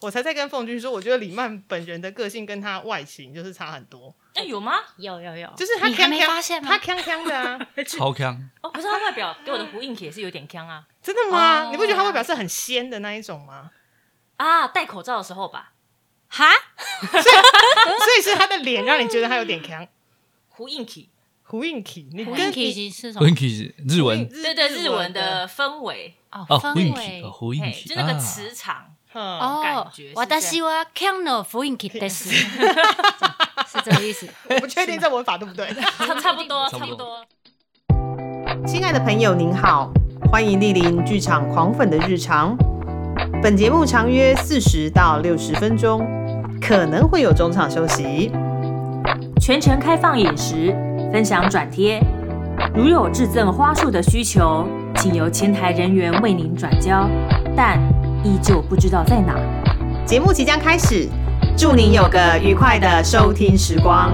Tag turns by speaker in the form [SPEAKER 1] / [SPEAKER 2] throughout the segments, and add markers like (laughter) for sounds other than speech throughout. [SPEAKER 1] 我才在跟凤君说，我觉得李曼本人的个性跟她外形就是差很多，
[SPEAKER 2] 哎、有吗？
[SPEAKER 3] 有有有，
[SPEAKER 1] 就是她
[SPEAKER 3] 你还
[SPEAKER 1] 锵
[SPEAKER 3] 没
[SPEAKER 1] 锵
[SPEAKER 3] 发现吗
[SPEAKER 1] 她？锵锵的
[SPEAKER 2] (laughs)
[SPEAKER 1] 啊，
[SPEAKER 4] 超强，
[SPEAKER 2] 哦，可是他外 (laughs) 表给我的胡应铁是有点腔啊
[SPEAKER 1] 真的吗？
[SPEAKER 3] 哦
[SPEAKER 1] 你不觉得她外表是很仙的那一种吗？
[SPEAKER 2] 啊！戴口罩的时候吧，
[SPEAKER 3] 哈，
[SPEAKER 1] 所以是她的脸让你觉得她有点锵。
[SPEAKER 2] 胡应铁
[SPEAKER 1] 胡应体，你
[SPEAKER 3] 胡
[SPEAKER 1] 跟
[SPEAKER 3] 应
[SPEAKER 1] 你
[SPEAKER 3] 体是什么？
[SPEAKER 4] 文体日文
[SPEAKER 2] 对对日文的氛围，
[SPEAKER 4] 哦，
[SPEAKER 3] 哦，
[SPEAKER 4] 胡
[SPEAKER 3] 氛
[SPEAKER 4] 应体，哦
[SPEAKER 3] 围。
[SPEAKER 4] 胡应
[SPEAKER 2] 嘿
[SPEAKER 4] 体，
[SPEAKER 2] 就那个
[SPEAKER 4] 啊
[SPEAKER 2] 磁场，
[SPEAKER 1] 哦，
[SPEAKER 3] 哦
[SPEAKER 2] 感觉是，
[SPEAKER 3] 我的
[SPEAKER 2] 这
[SPEAKER 3] 希望 can no 福音 kit 是是这个 (laughs) 意思。
[SPEAKER 1] 我不确定这文法对不对。
[SPEAKER 2] 差差不多，
[SPEAKER 4] 差
[SPEAKER 2] 差不
[SPEAKER 4] 不多
[SPEAKER 2] 多。
[SPEAKER 5] 亲爱的朋友，您好，欢迎莅临剧场狂粉的日常。本节目长约四十到六十分钟，可能会有中场休息。
[SPEAKER 6] 全程开放饮食，分享转贴。如有致赠花束的需求，请由前台人员为您转交，但依旧不知道在哪。
[SPEAKER 5] 节目即将开始，祝您有个愉快的收听时光。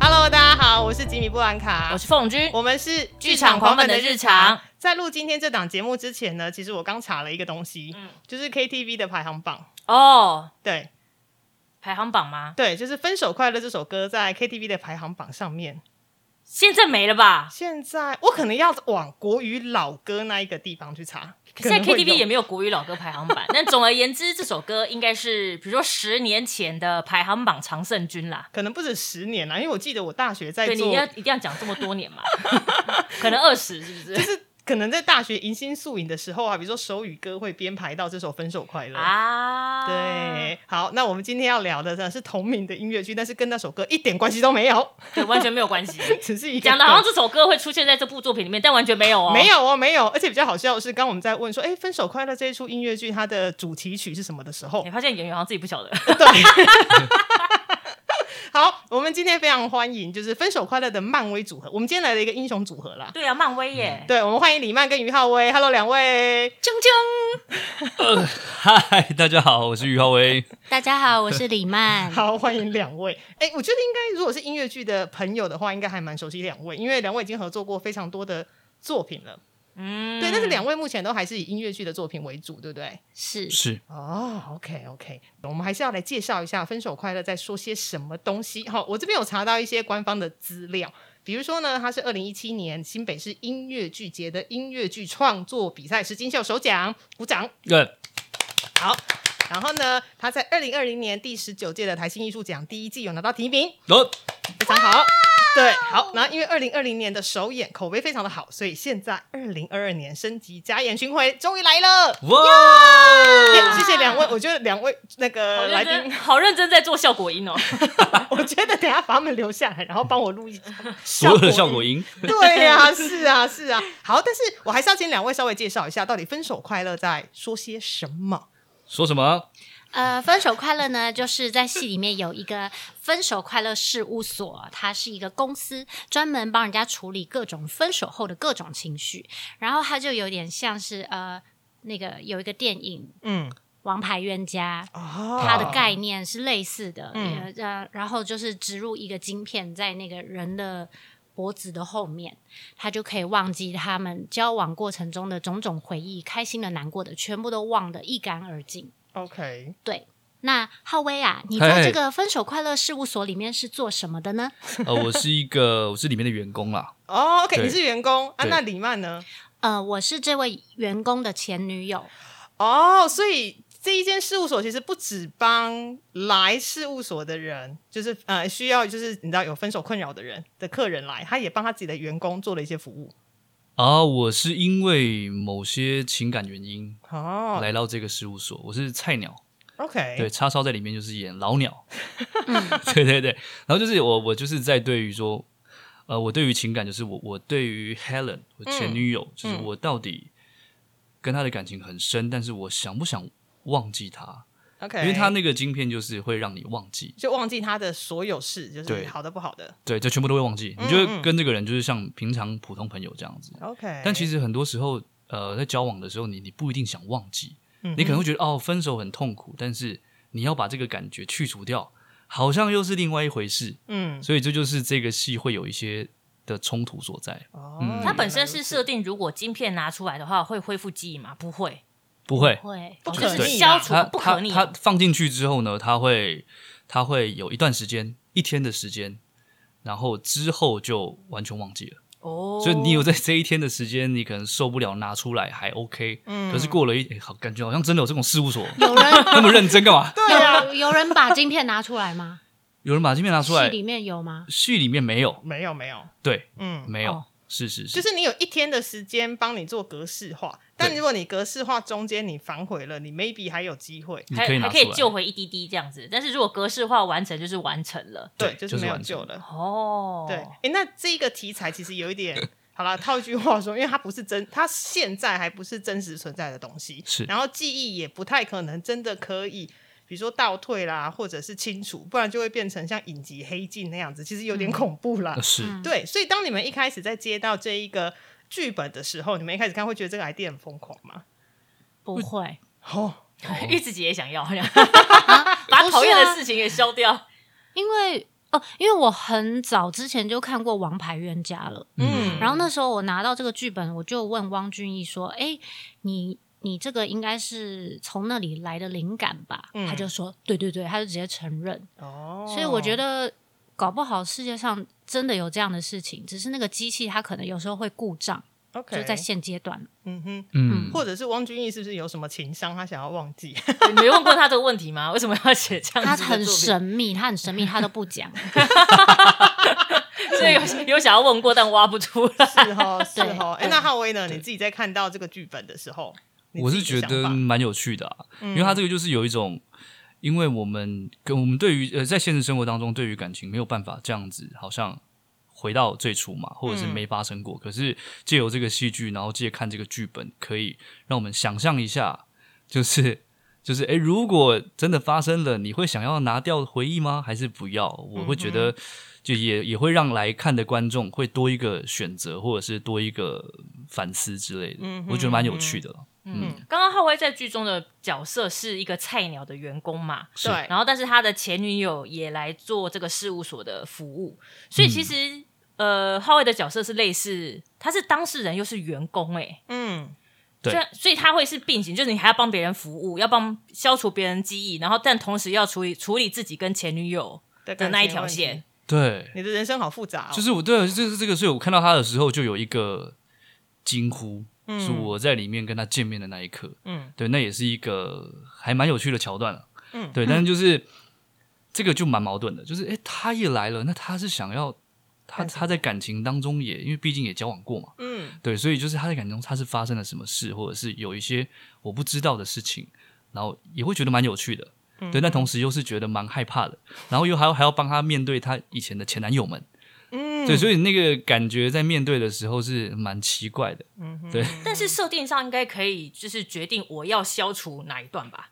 [SPEAKER 1] Hello，大家好，我是吉米布兰卡，
[SPEAKER 2] 我是凤君，
[SPEAKER 1] 我们是
[SPEAKER 2] 剧场狂粉的日常。
[SPEAKER 1] 在录今天这档节目之前呢，其实我刚查了一个东西，
[SPEAKER 2] 嗯
[SPEAKER 1] 就是 KTV 的排行榜。
[SPEAKER 2] 哦，
[SPEAKER 1] 对
[SPEAKER 2] 排行榜吗？
[SPEAKER 1] 对，就是《分手快乐》这首歌在 KTV 的排行榜上面。
[SPEAKER 2] 现在没了吧？
[SPEAKER 1] 现在我可能要往国语老歌那一个地方去查。
[SPEAKER 2] 现在
[SPEAKER 1] 可能会有
[SPEAKER 2] KTV 也没有国语老歌排行榜，但总而言之，这首歌应该是比如说十年前的排行榜常胜军啦。
[SPEAKER 1] 可能不止十年了，因为我记得我大学在
[SPEAKER 2] 对，你
[SPEAKER 1] 做
[SPEAKER 2] 要一定要讲这么多年嘛？ (laughs) 可能二十是不？
[SPEAKER 1] 就是是可能在大学迎新宿营的时候啊，比如说手语歌会编排到这首《分手快乐》。
[SPEAKER 2] 啊，
[SPEAKER 1] 对，好，那我们今天要聊的呢是同名的音乐剧，但是跟那首歌一点关系都没有，
[SPEAKER 2] 对，完全没有关系。
[SPEAKER 1] 只是一个
[SPEAKER 2] 讲的好像这首歌会出现在这部作品里面，但完全没有哦。
[SPEAKER 1] 没有哦，没有。而且比较好笑的是，刚我们在问说，哎，《分手快乐》这一出音乐剧它的主题曲是什么的时候
[SPEAKER 2] 你，发现演员好像自己
[SPEAKER 1] (laughs)
[SPEAKER 2] 不晓得。
[SPEAKER 1] 对。好，我们今天非常欢迎就是《分手快乐》的漫威组合，我们今天来了一个英雄组合啦。
[SPEAKER 2] 对啊，漫威耶，
[SPEAKER 1] 嗯对，我们欢迎李曼跟于浩威，Hello 两位。
[SPEAKER 4] 嗨，大家好，我是于浩威。
[SPEAKER 3] 大家好，我是李曼。
[SPEAKER 1] 好，欢迎两位。哎、我觉得应该如果是音乐剧的朋友的话，应该还蛮熟悉两位，因为两位已经合作过非常多的作品了。
[SPEAKER 2] 嗯，
[SPEAKER 1] 对，但是两位目前都还是以音乐剧的作品为主，对不对？
[SPEAKER 3] 是
[SPEAKER 4] 是
[SPEAKER 1] 哦，OK OK，我们还是要来介绍一下《分手快乐》在说些什么东西。好，我这边有查到一些官方的资料，比如说呢，它是二零一七年新北市音乐剧节的音乐剧创作比赛是金秀首奖，鼓掌。
[SPEAKER 4] 呃，
[SPEAKER 1] 好，然后呢，他在二零二零年第十九届的台新艺术奖第一季有拿到提名，
[SPEAKER 4] 哦，
[SPEAKER 1] 非常好。对，好，然后因为二零二零年的首演口碑非常的好，所以现在二零二二年升级加演巡回终于来了。耶
[SPEAKER 4] 哇，
[SPEAKER 1] 谢谢两位，我觉得两位那个
[SPEAKER 2] 好
[SPEAKER 1] 来
[SPEAKER 2] 认
[SPEAKER 1] 宾
[SPEAKER 2] 真，，好认真在做效果
[SPEAKER 1] (laughs)
[SPEAKER 2] 音哦。
[SPEAKER 1] 我觉得等一下把他们留下来，然后帮我录
[SPEAKER 4] (laughs)
[SPEAKER 1] 一张
[SPEAKER 4] 所有的效果。音，
[SPEAKER 1] 对呀、是啊，是啊。好，但是我还是要请两位稍微介绍一下，到底《分手快乐》在说些什么？
[SPEAKER 4] 说什么？啊
[SPEAKER 3] 呃，分手快乐呢，就是在戏里面有一个分手快乐事务所，它是一个公司，专门帮人家处理各种分手后的各种情绪。然后它就有点像是呃，那个有一个电影
[SPEAKER 1] 嗯，
[SPEAKER 3] 《王牌冤家》，
[SPEAKER 1] 哦
[SPEAKER 3] 它的概念是类似的，
[SPEAKER 1] 嗯
[SPEAKER 3] 呃、呃然后就是植入一个晶片在那个人的脖子的后面，他就可以忘记他们交往过程中的种种回忆，开心的、难过的，全部都忘得一干二净。
[SPEAKER 1] ，OK，
[SPEAKER 3] 那浩威啊，你
[SPEAKER 4] 嘿
[SPEAKER 3] 在这个分手快乐事务所里面是做什么的呢？
[SPEAKER 4] 呃，我是一个，我 (laughs) 是里面的员工啦。
[SPEAKER 1] 哦，OK，
[SPEAKER 4] 对
[SPEAKER 1] 你是员工啊？
[SPEAKER 4] 对
[SPEAKER 1] 那李曼呢？
[SPEAKER 3] 呃，我是这位员工的前女友，
[SPEAKER 1] 哦，所以这一间事务所其实不只帮来事务所的人，就是呃需要就是你知道有分手困扰的人的客人来，他也帮他自己的员工做了一些服务。
[SPEAKER 4] 啊，我是因为某些情感原因
[SPEAKER 1] 哦
[SPEAKER 4] 来到这个事务所，我是菜鸟。
[SPEAKER 1] ，OK，
[SPEAKER 4] 对，叉烧在里面就是演老鸟，
[SPEAKER 1] 嗯
[SPEAKER 4] (laughs) 对对对。然后就是我，我就是在对于说，呃，我对于情感，就是我，我对于 Helen 我
[SPEAKER 1] 嗯
[SPEAKER 4] 前女友，就是我到底跟她的感情很深，但是我想不想忘记她？
[SPEAKER 1] o k
[SPEAKER 4] 因为她那个晶片就是会让你忘记，
[SPEAKER 1] 就忘记他的所有事，就
[SPEAKER 4] 对
[SPEAKER 1] 是好的不好的。
[SPEAKER 4] 对，就全部都会忘记。
[SPEAKER 1] 嗯哎
[SPEAKER 4] 你就会跟这个人就是像平常普通朋友这样子。
[SPEAKER 1] OK，
[SPEAKER 4] 但其实很多时候，呃，在交往的时候，你你不一定想忘记，
[SPEAKER 1] 嗯
[SPEAKER 4] 你可能会觉得哦，分手很痛苦，但是你要把这个感觉去除掉，好像又是另外一回事。
[SPEAKER 1] 嗯，
[SPEAKER 4] 所以这就是这个戏会有一些的冲突所在。
[SPEAKER 1] 哦
[SPEAKER 4] 嗯
[SPEAKER 2] 它本身是设定，如果晶片拿出来的话，会恢复记忆吗？不会，哦
[SPEAKER 4] 不会，
[SPEAKER 3] 会，
[SPEAKER 1] 不可逆
[SPEAKER 2] 就
[SPEAKER 1] 啊
[SPEAKER 2] 是消除
[SPEAKER 4] 它
[SPEAKER 2] 不
[SPEAKER 4] 它
[SPEAKER 2] 可逆。啊
[SPEAKER 4] 它放进去之后呢，它会它会有一段时间，一天的时间，然后之后就完全忘记了。
[SPEAKER 2] 哦
[SPEAKER 4] 所以你有在这一天的时间，你可能受不了，拿出来还 OK。
[SPEAKER 1] 嗯
[SPEAKER 4] 可是过了一，哎好感觉好像真的有这种事务所
[SPEAKER 3] 有人
[SPEAKER 4] (laughs) 那么认真干嘛？
[SPEAKER 1] 对啊，
[SPEAKER 3] 有有人把晶片拿出来吗？
[SPEAKER 4] 有人把这边拿出
[SPEAKER 3] 戏
[SPEAKER 4] 来，
[SPEAKER 3] 里面有吗？
[SPEAKER 4] 戏里面没有，
[SPEAKER 1] 没有没有，
[SPEAKER 4] 对，
[SPEAKER 1] 嗯，
[SPEAKER 4] 没有
[SPEAKER 3] 哦，
[SPEAKER 4] 是是是
[SPEAKER 1] 就，是你有一天的时间帮你做格式化，但如果你格式化中间你反悔了，你 maybe 还有机会。
[SPEAKER 4] 你
[SPEAKER 2] 还
[SPEAKER 4] 可以拿
[SPEAKER 2] 还
[SPEAKER 4] 出
[SPEAKER 2] 可以
[SPEAKER 4] 来。
[SPEAKER 2] 救回一滴滴这样子，但是如果格式化完成就是完成了。
[SPEAKER 1] 对，
[SPEAKER 4] 对
[SPEAKER 1] 就
[SPEAKER 4] 就是是
[SPEAKER 1] 没有
[SPEAKER 4] 完整
[SPEAKER 1] 救了。
[SPEAKER 2] 哦，
[SPEAKER 1] 对，哎、那这个题材其实有一
[SPEAKER 4] (laughs)
[SPEAKER 1] 点，好了，套一句话说，因为它不是真，它现在还不是真实存在的东西，
[SPEAKER 4] 是
[SPEAKER 1] 然后记忆也不太可能真的可以，比如说倒退啦，或者是清除，不然就会变成像影集《黑镜》那样子，其实有点恐怖啦。
[SPEAKER 4] 呃是
[SPEAKER 1] 对，所以当你们一开始在接到这一个剧本的时候，你们一开始看会觉得这个 idea 很疯狂吗？
[SPEAKER 3] 不会，
[SPEAKER 1] 哦，
[SPEAKER 4] 嗯
[SPEAKER 2] (laughs) 玉自己也想要， (laughs) 把讨厌的事情给消掉。
[SPEAKER 3] 因为哦，因为我很早之前就看过《王牌冤家》了，
[SPEAKER 1] 嗯
[SPEAKER 3] 然后那时候我拿到这个剧本，我就问汪俊逸说：“哎，你你这个应该是从那里来的灵感吧？”
[SPEAKER 1] 嗯
[SPEAKER 3] 他就说：“对对对。”他就直接承认。
[SPEAKER 1] 哦，
[SPEAKER 3] 所以我觉得，搞不好世界上真的有这样的事情，只是那个机器它可能有时候会故障，
[SPEAKER 1] OK，
[SPEAKER 3] 就在现阶段。
[SPEAKER 1] 嗯哼，
[SPEAKER 4] 嗯，
[SPEAKER 1] 或者是汪君毅是不是有什么情商，他想要忘
[SPEAKER 4] (laughs)
[SPEAKER 1] 记？ (laughs)
[SPEAKER 2] 你没问过他这个问题吗？为什么要写这样
[SPEAKER 3] 他
[SPEAKER 2] 子的作
[SPEAKER 3] 很
[SPEAKER 2] 品？
[SPEAKER 3] 神秘，他很神秘，他都不讲。
[SPEAKER 2] 所以有有想要问过，但挖不出来。
[SPEAKER 1] 是哦，是
[SPEAKER 3] 对
[SPEAKER 1] 哦。哎、那浩威呢？你自己在看到这个剧本的时候，你
[SPEAKER 4] 我
[SPEAKER 1] 自
[SPEAKER 4] 是
[SPEAKER 1] 己
[SPEAKER 4] 觉
[SPEAKER 1] 的想
[SPEAKER 4] 得
[SPEAKER 1] 法嗯
[SPEAKER 4] 蛮有趣的、啊，因为它这个就是有一种，因为我们跟我们对于呃在现实生活当中对于感情没有办法这样子，好像回到最初嘛，或者
[SPEAKER 1] 嗯
[SPEAKER 4] 是没发生过。可是借由这个戏剧，然后借看这个剧本，可以让我们想象一下，就是。 (laughs) 就是诶，如果真的发生了，你会想要拿掉回忆吗？还是不要？我会觉
[SPEAKER 1] 嗯
[SPEAKER 4] 得，就也也会让来看的观众会多一个选择，或者是多一个反思之类的。
[SPEAKER 1] 嗯哼
[SPEAKER 4] 我觉得蛮有趣的啦。
[SPEAKER 2] 刚刚浩威在剧中的角色是一个菜鸟的员工嘛，
[SPEAKER 4] 是
[SPEAKER 1] 对，
[SPEAKER 2] 然后但是他的前女友也来做这个事务所的服务，所以
[SPEAKER 4] 嗯
[SPEAKER 2] 其实、呃，浩威的角色是类似，他是当事人又是员工、欸，哎。
[SPEAKER 1] 嗯，
[SPEAKER 4] 对
[SPEAKER 2] 所以所以他会是并行，就是你还要帮别人服务，要帮消除别人记忆，然后但同时要处理处理自己跟前女友
[SPEAKER 1] 的感
[SPEAKER 2] 的那一
[SPEAKER 1] 情
[SPEAKER 2] 条
[SPEAKER 1] 问题
[SPEAKER 2] 线，。
[SPEAKER 4] 对，
[SPEAKER 1] 你的人生好复杂、哦，
[SPEAKER 4] 就是我对，就是这个，所以我看到他的时候就有一个惊呼，是我在里面跟他见面的那一刻，
[SPEAKER 1] 嗯
[SPEAKER 4] 对，那也是一个还蛮有趣的桥段了、
[SPEAKER 1] 嗯
[SPEAKER 4] 对，但是就是、这个就蛮矛盾的，就是诶，他也来了，那他是想要他
[SPEAKER 1] 干什么
[SPEAKER 4] 他在感情当中也因为毕竟也交往过嘛，
[SPEAKER 1] 嗯
[SPEAKER 4] 对，所以就是他在感情中他是发生了什么事，或者是有一些我不知道的事情，然后也会觉得蛮有趣的。对，但同时又是觉得蛮害怕的，然后又还要还要帮他面对他以前的前男友们，
[SPEAKER 1] 嗯，
[SPEAKER 4] 对，所以那个感觉在面对的时候是蛮奇怪的，对，
[SPEAKER 2] 但是设定上应该可以，就是决定我要消除哪一段吧？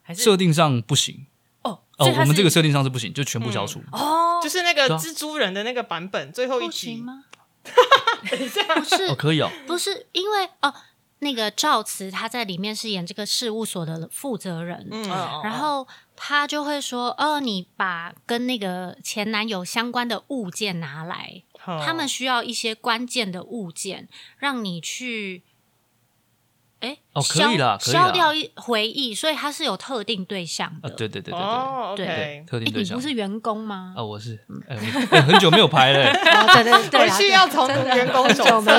[SPEAKER 2] 还是
[SPEAKER 4] 设定上不行
[SPEAKER 2] 哦
[SPEAKER 4] 哦
[SPEAKER 2] 所以，它
[SPEAKER 4] 我们
[SPEAKER 2] 是
[SPEAKER 4] 这个设定上是不行，就全部消除，
[SPEAKER 2] 哦，
[SPEAKER 1] 就是那个
[SPEAKER 4] 对啊
[SPEAKER 1] 蜘蛛人的那个版本最后一
[SPEAKER 3] 不
[SPEAKER 1] 集
[SPEAKER 3] 行，吗？不是
[SPEAKER 4] 哦，可以哦，
[SPEAKER 3] 不是因为哦，那个赵慈他在里面是演这个事务所的负责人，
[SPEAKER 1] 嗯
[SPEAKER 2] 嗯嗯
[SPEAKER 3] 然后他就会说：“哦，你把跟那个前男友相关的物件拿来，
[SPEAKER 1] 好
[SPEAKER 3] 他
[SPEAKER 4] 嗯
[SPEAKER 3] 们需要一些关键的物件，让你去。”哎，
[SPEAKER 4] 哦
[SPEAKER 3] 消
[SPEAKER 4] 可以啦可以啦
[SPEAKER 3] 消掉一回忆，所以他是有特定对象
[SPEAKER 4] 啊，
[SPEAKER 3] 的。
[SPEAKER 4] 对对对对对，
[SPEAKER 1] 哦
[SPEAKER 3] 对
[SPEAKER 1] ，OK，
[SPEAKER 4] 特
[SPEAKER 3] 哎
[SPEAKER 4] 定对
[SPEAKER 3] 你
[SPEAKER 4] 象
[SPEAKER 3] 不是员工吗
[SPEAKER 4] 啊，？我是哎，我哎很久没有排了，哎
[SPEAKER 3] 哦，对对对
[SPEAKER 1] 回
[SPEAKER 3] 啊，
[SPEAKER 1] 去
[SPEAKER 3] 对
[SPEAKER 1] 要从员工手册，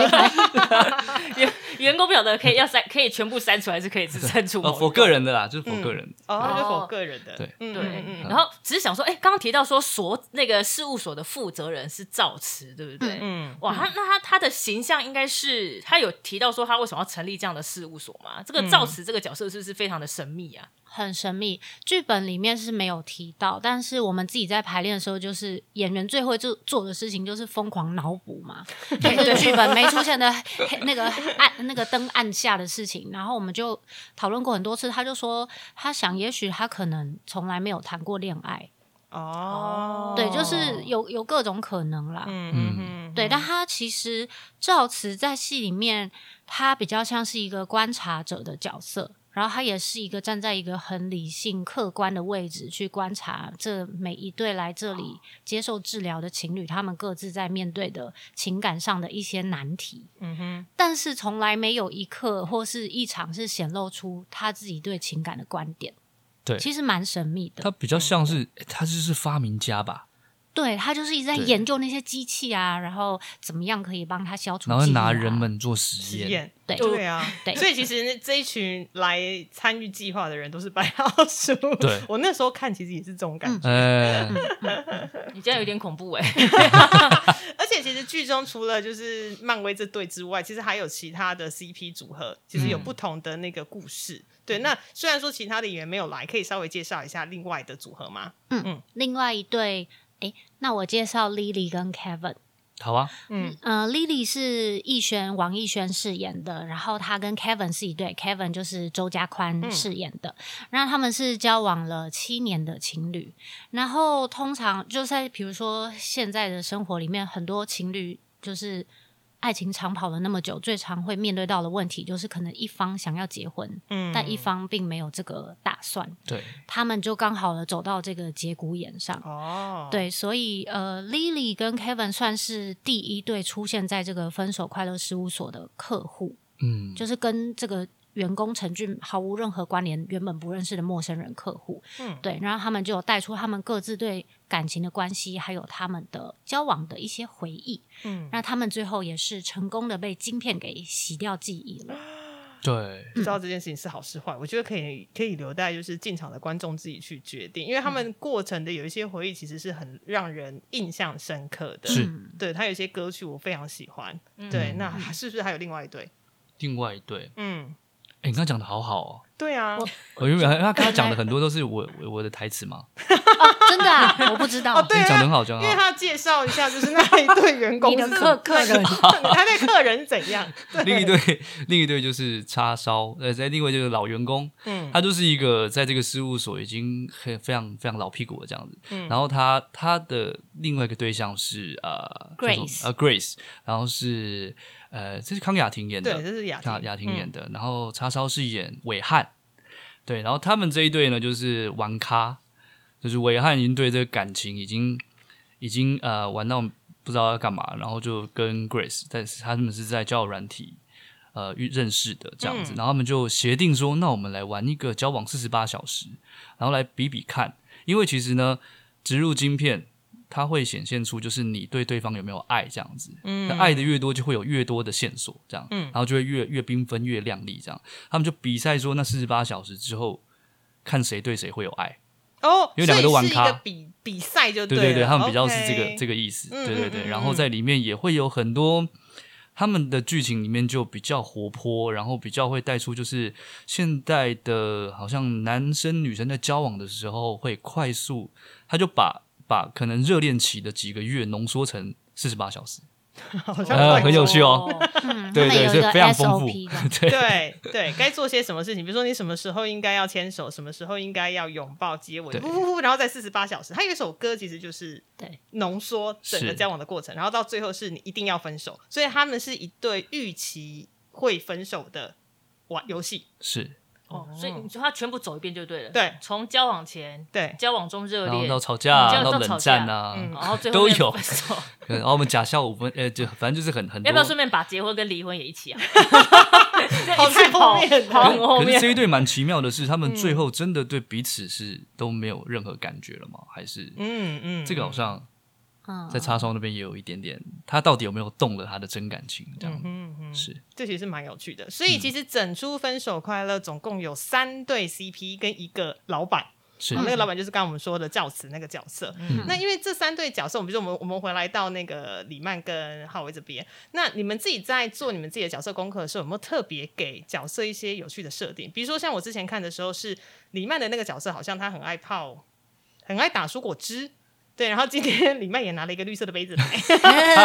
[SPEAKER 2] 员员工不晓得可以要删， (laughs) 可以全部删除，还是可以只删除某一
[SPEAKER 4] 哦，
[SPEAKER 2] 段？
[SPEAKER 4] 我个人的啦，就是我
[SPEAKER 1] 嗯
[SPEAKER 4] 个人，
[SPEAKER 1] 哦，就
[SPEAKER 2] 哦
[SPEAKER 1] 我个人的，
[SPEAKER 4] 对
[SPEAKER 1] 嗯
[SPEAKER 2] 对
[SPEAKER 1] 嗯嗯，
[SPEAKER 2] 然后只是想说，哎，刚刚提到说所那个事务所的负责人是赵慈，对不对？
[SPEAKER 1] 嗯
[SPEAKER 2] 哇，他那他他的形象应该是他有提到说他为什么要成立这样的事务所嘛？这
[SPEAKER 4] 嗯
[SPEAKER 2] 个赵慈这个角色是不是非常的神秘啊？
[SPEAKER 3] 很神秘。剧本里面是没有提到，但是我们自己在排练的时候，就是演员最会做做的事情就是疯狂脑补嘛，就是剧本没出现的黑那个暗那个灯暗下的事情。然后我们就讨论过很多次，他就说他想，也许他可能从来没有谈过恋爱，
[SPEAKER 1] 哦，
[SPEAKER 3] 对，就是有有各种可能啦。
[SPEAKER 1] 嗯嗯嗯，
[SPEAKER 3] 对，但他其实赵慈在戏里面，他比较像是一个观察者的角色，然后他也是一个站在一个很理性、客观的位置去观察这每一对来这里接受治疗的情侣，他们各自在面对的情感上的一些难题。
[SPEAKER 1] 嗯哼，
[SPEAKER 3] 但是从来没有一刻或是一场是显露出他自己对情感的观点。
[SPEAKER 4] 对
[SPEAKER 3] 其实蛮神秘的。
[SPEAKER 4] 他比较像
[SPEAKER 1] 嗯
[SPEAKER 4] 是、诶他就是发明家吧，
[SPEAKER 3] 对他就是一直在
[SPEAKER 4] 对
[SPEAKER 3] 研究那些机器啊，然后怎么样可以帮他消除、啊
[SPEAKER 4] 然后拿人，们做实
[SPEAKER 1] 啊实
[SPEAKER 4] 验。
[SPEAKER 1] 验
[SPEAKER 3] 对
[SPEAKER 1] 对啊，
[SPEAKER 3] 对
[SPEAKER 1] 所以其实那这一群来参与计划的人都是白老鼠。
[SPEAKER 4] 对
[SPEAKER 1] (laughs) 我那时候看其实也是这种
[SPEAKER 3] 嗯
[SPEAKER 1] 感觉。
[SPEAKER 4] 呃，
[SPEAKER 1] 嗯
[SPEAKER 2] 你这样有点恐怖哎、
[SPEAKER 1] 而且其实剧中除了就是漫威这对之外，其实还有其他的 CP 组合，其实有不同的那个故事。
[SPEAKER 3] 嗯
[SPEAKER 1] 对，那虽然说其他的演员没有来，可以稍微介绍一下另外的组合吗？
[SPEAKER 3] 另外一对，诶，那我介绍 Lily 跟 Kevin。
[SPEAKER 4] (laughs) 好啊，
[SPEAKER 1] 嗯，
[SPEAKER 3] 呃，Lily 是逸轩王逸轩饰演的，然后她跟 Kevin 是一对，Kevin 就是周家宽饰演的。那、他们是交往了七年的情侣，然后通常就在比如说现在的生活里面，很多情侣就是。爱情长跑了那么久，最常会面对到的问题就是，可能一方想要结婚，
[SPEAKER 1] 嗯
[SPEAKER 3] 但一方并没有这个打算，
[SPEAKER 4] 对，
[SPEAKER 3] 他们就刚好了走到这个节骨眼上。
[SPEAKER 1] 哦，，
[SPEAKER 3] 对，所以呃，Lily 跟 Kevin 算是第一对出现在这个分手快乐事务所的客户，
[SPEAKER 4] 嗯，
[SPEAKER 3] 就是跟这个员工陈俊毫无任何关联、原本不认识的陌生人客户。
[SPEAKER 1] 嗯
[SPEAKER 3] 对，然后他们就有带出他们各自对感情的关系，还有他们的交往的一些回忆。
[SPEAKER 1] 嗯，
[SPEAKER 3] 那他们最后也是成功的被晶片给洗掉记忆了。
[SPEAKER 4] 对，
[SPEAKER 1] 不知
[SPEAKER 3] 嗯
[SPEAKER 1] 道这件事情是好是坏，我觉得可以可以留待就是进场的观众自己去决定，因为他们
[SPEAKER 3] 嗯
[SPEAKER 1] 过程的有一些回忆其实是很让人印象深刻的。
[SPEAKER 4] 是
[SPEAKER 3] 嗯
[SPEAKER 1] 对他有一些歌曲我非常喜欢。
[SPEAKER 2] 嗯
[SPEAKER 1] 对，那是不是还有另外一对？
[SPEAKER 4] 另外一对，
[SPEAKER 1] 嗯，
[SPEAKER 4] 哎，你刚刚讲的好好哦，
[SPEAKER 1] 对啊，
[SPEAKER 4] 我原本他刚刚讲的很多都是我我我的台词嘛，
[SPEAKER 3] 真的、啊，我不知道。
[SPEAKER 1] (laughs) 对
[SPEAKER 4] 你讲
[SPEAKER 1] 啊
[SPEAKER 4] 得很好，讲
[SPEAKER 1] 因
[SPEAKER 4] 得
[SPEAKER 1] 为
[SPEAKER 4] 很好。
[SPEAKER 1] 他介绍一下，就是那一对员工
[SPEAKER 3] 你的
[SPEAKER 1] 是
[SPEAKER 3] 客
[SPEAKER 1] 怎
[SPEAKER 3] 客人，
[SPEAKER 1] 他那客人是怎
[SPEAKER 4] (laughs)
[SPEAKER 1] 样？
[SPEAKER 4] 另一对，另一对就是叉烧，呃，在另外就是老员工，
[SPEAKER 1] 嗯
[SPEAKER 4] 他就是一个在这个事务所已经很非常非常老屁股了这样子。
[SPEAKER 1] 嗯
[SPEAKER 4] 然后他他的另外一个对象是呃
[SPEAKER 3] Grace
[SPEAKER 4] 呃 Grace，然后是呃这是康雅婷演的，
[SPEAKER 1] 对，这是雅
[SPEAKER 4] 雅
[SPEAKER 1] 婷，
[SPEAKER 4] 雅婷演的，然后叉烧是演伟汉，对，然后他们这一对呢就是玩咖，就是伟汉已经对这个感情已经已经呃玩到不知道要干嘛，然后就跟 Grace，但是他们是在交友软体呃遇认识的这样子，
[SPEAKER 1] 嗯
[SPEAKER 4] 然后他们就协定说，那我们来玩一个交往四十八小时，然后来比比看，因为其实呢植入晶片。它会显现出就是你对对方有没有爱这样子，
[SPEAKER 1] 嗯
[SPEAKER 4] 那爱的越多，就会有越多的线索，这样，
[SPEAKER 1] 嗯
[SPEAKER 4] 然后就会越越缤纷、越亮丽，这样。他们就比赛说，那四十八小时之后，看谁对谁会有爱。
[SPEAKER 1] 哦，
[SPEAKER 4] 因为两个都玩
[SPEAKER 1] 所
[SPEAKER 4] 咖
[SPEAKER 1] 以是一个比比赛就
[SPEAKER 4] 对
[SPEAKER 1] 嗯对
[SPEAKER 4] 对，他们比较是这个这
[SPEAKER 1] 个，
[SPEAKER 4] 个意思，
[SPEAKER 1] 嗯
[SPEAKER 4] 对对对。
[SPEAKER 1] 嗯嗯
[SPEAKER 4] 然后在里面也会有很多他们的剧情里面就比较活泼，然后比较会带出就是现代的，好像男生女生在交往的时候会快速，他就把把可能热恋期的几个月浓缩成四十八小时， (laughs)
[SPEAKER 1] 好像
[SPEAKER 4] 呃，
[SPEAKER 1] 怪
[SPEAKER 4] 很有趣哦。
[SPEAKER 3] 嗯，他
[SPEAKER 4] 对
[SPEAKER 3] 们有
[SPEAKER 4] 对，
[SPEAKER 3] 一
[SPEAKER 4] 所以
[SPEAKER 3] 个
[SPEAKER 4] 非常丰
[SPEAKER 3] SOP
[SPEAKER 4] 富
[SPEAKER 3] 的。，
[SPEAKER 4] 对
[SPEAKER 1] 对对，该做些什么事情，比如说你什么时候应该要牵手，什么时候应该要拥抱、接吻，
[SPEAKER 4] 对
[SPEAKER 1] 呼呼呼，然后在四十八小时，他有一首歌其实就是
[SPEAKER 3] 对
[SPEAKER 1] 浓缩整个
[SPEAKER 4] 是
[SPEAKER 1] 交往的过程，然后到最后是你一定要分手，所以他们是一对预期会分手的玩游戏，
[SPEAKER 4] 是。
[SPEAKER 2] 哦，所以你说他全部走一遍就对了。
[SPEAKER 1] 对
[SPEAKER 2] 从交往前、
[SPEAKER 1] 对，
[SPEAKER 2] 交往中热
[SPEAKER 4] 然后
[SPEAKER 2] 恋
[SPEAKER 4] 到，吵架、啊，
[SPEAKER 2] 嗯
[SPEAKER 4] 到
[SPEAKER 2] 到
[SPEAKER 4] 冷
[SPEAKER 2] 吵
[SPEAKER 4] 战
[SPEAKER 2] 架
[SPEAKER 4] 啊，
[SPEAKER 1] 嗯
[SPEAKER 2] 然后最后
[SPEAKER 4] 都
[SPEAKER 2] 面
[SPEAKER 4] 有
[SPEAKER 2] 分
[SPEAKER 4] (laughs)
[SPEAKER 2] 手。
[SPEAKER 4] 然后我们假笑五分，呃，就反正就是很很多。
[SPEAKER 2] 要不要顺便把结婚跟离婚也一起啊？ (laughs)
[SPEAKER 1] 好
[SPEAKER 2] 一
[SPEAKER 1] 太
[SPEAKER 2] 次
[SPEAKER 1] 后
[SPEAKER 2] 跑
[SPEAKER 1] 面哦
[SPEAKER 2] 跑
[SPEAKER 1] 了，
[SPEAKER 2] 很后
[SPEAKER 4] 可是
[SPEAKER 2] 面
[SPEAKER 4] 这。一对蛮奇妙的是，他们最后真的对彼此是都没有任何感觉了吗？还是
[SPEAKER 1] 嗯嗯，
[SPEAKER 4] 这个好像
[SPEAKER 3] 嗯，
[SPEAKER 4] 在叉烧那边也有一点点，他到底有没有动了他的真感情？这样、
[SPEAKER 1] 嗯嗯。
[SPEAKER 4] 是
[SPEAKER 1] 这其实是蛮有趣的。所
[SPEAKER 4] 嗯
[SPEAKER 1] 以其实整出《分手快乐》总共有三对 CP 跟一个老板，
[SPEAKER 4] 是、
[SPEAKER 1] 啊那个老板就是刚刚我们说的教慈那个角色。
[SPEAKER 4] 嗯
[SPEAKER 1] 那因为这三对角色，我们就我们我们回来到那个李曼跟浩威这边，那你们自己在做你们自己的角色功课的时候，有没有特别给角色一些有趣的设定？比如说像我之前看的时候，是李曼的那个角色，好像她很爱泡，很爱打蔬果汁。对，然后今
[SPEAKER 3] (laughs)
[SPEAKER 1] 天李曼也拿了一个绿色的杯子来，(laughs)
[SPEAKER 3] 哎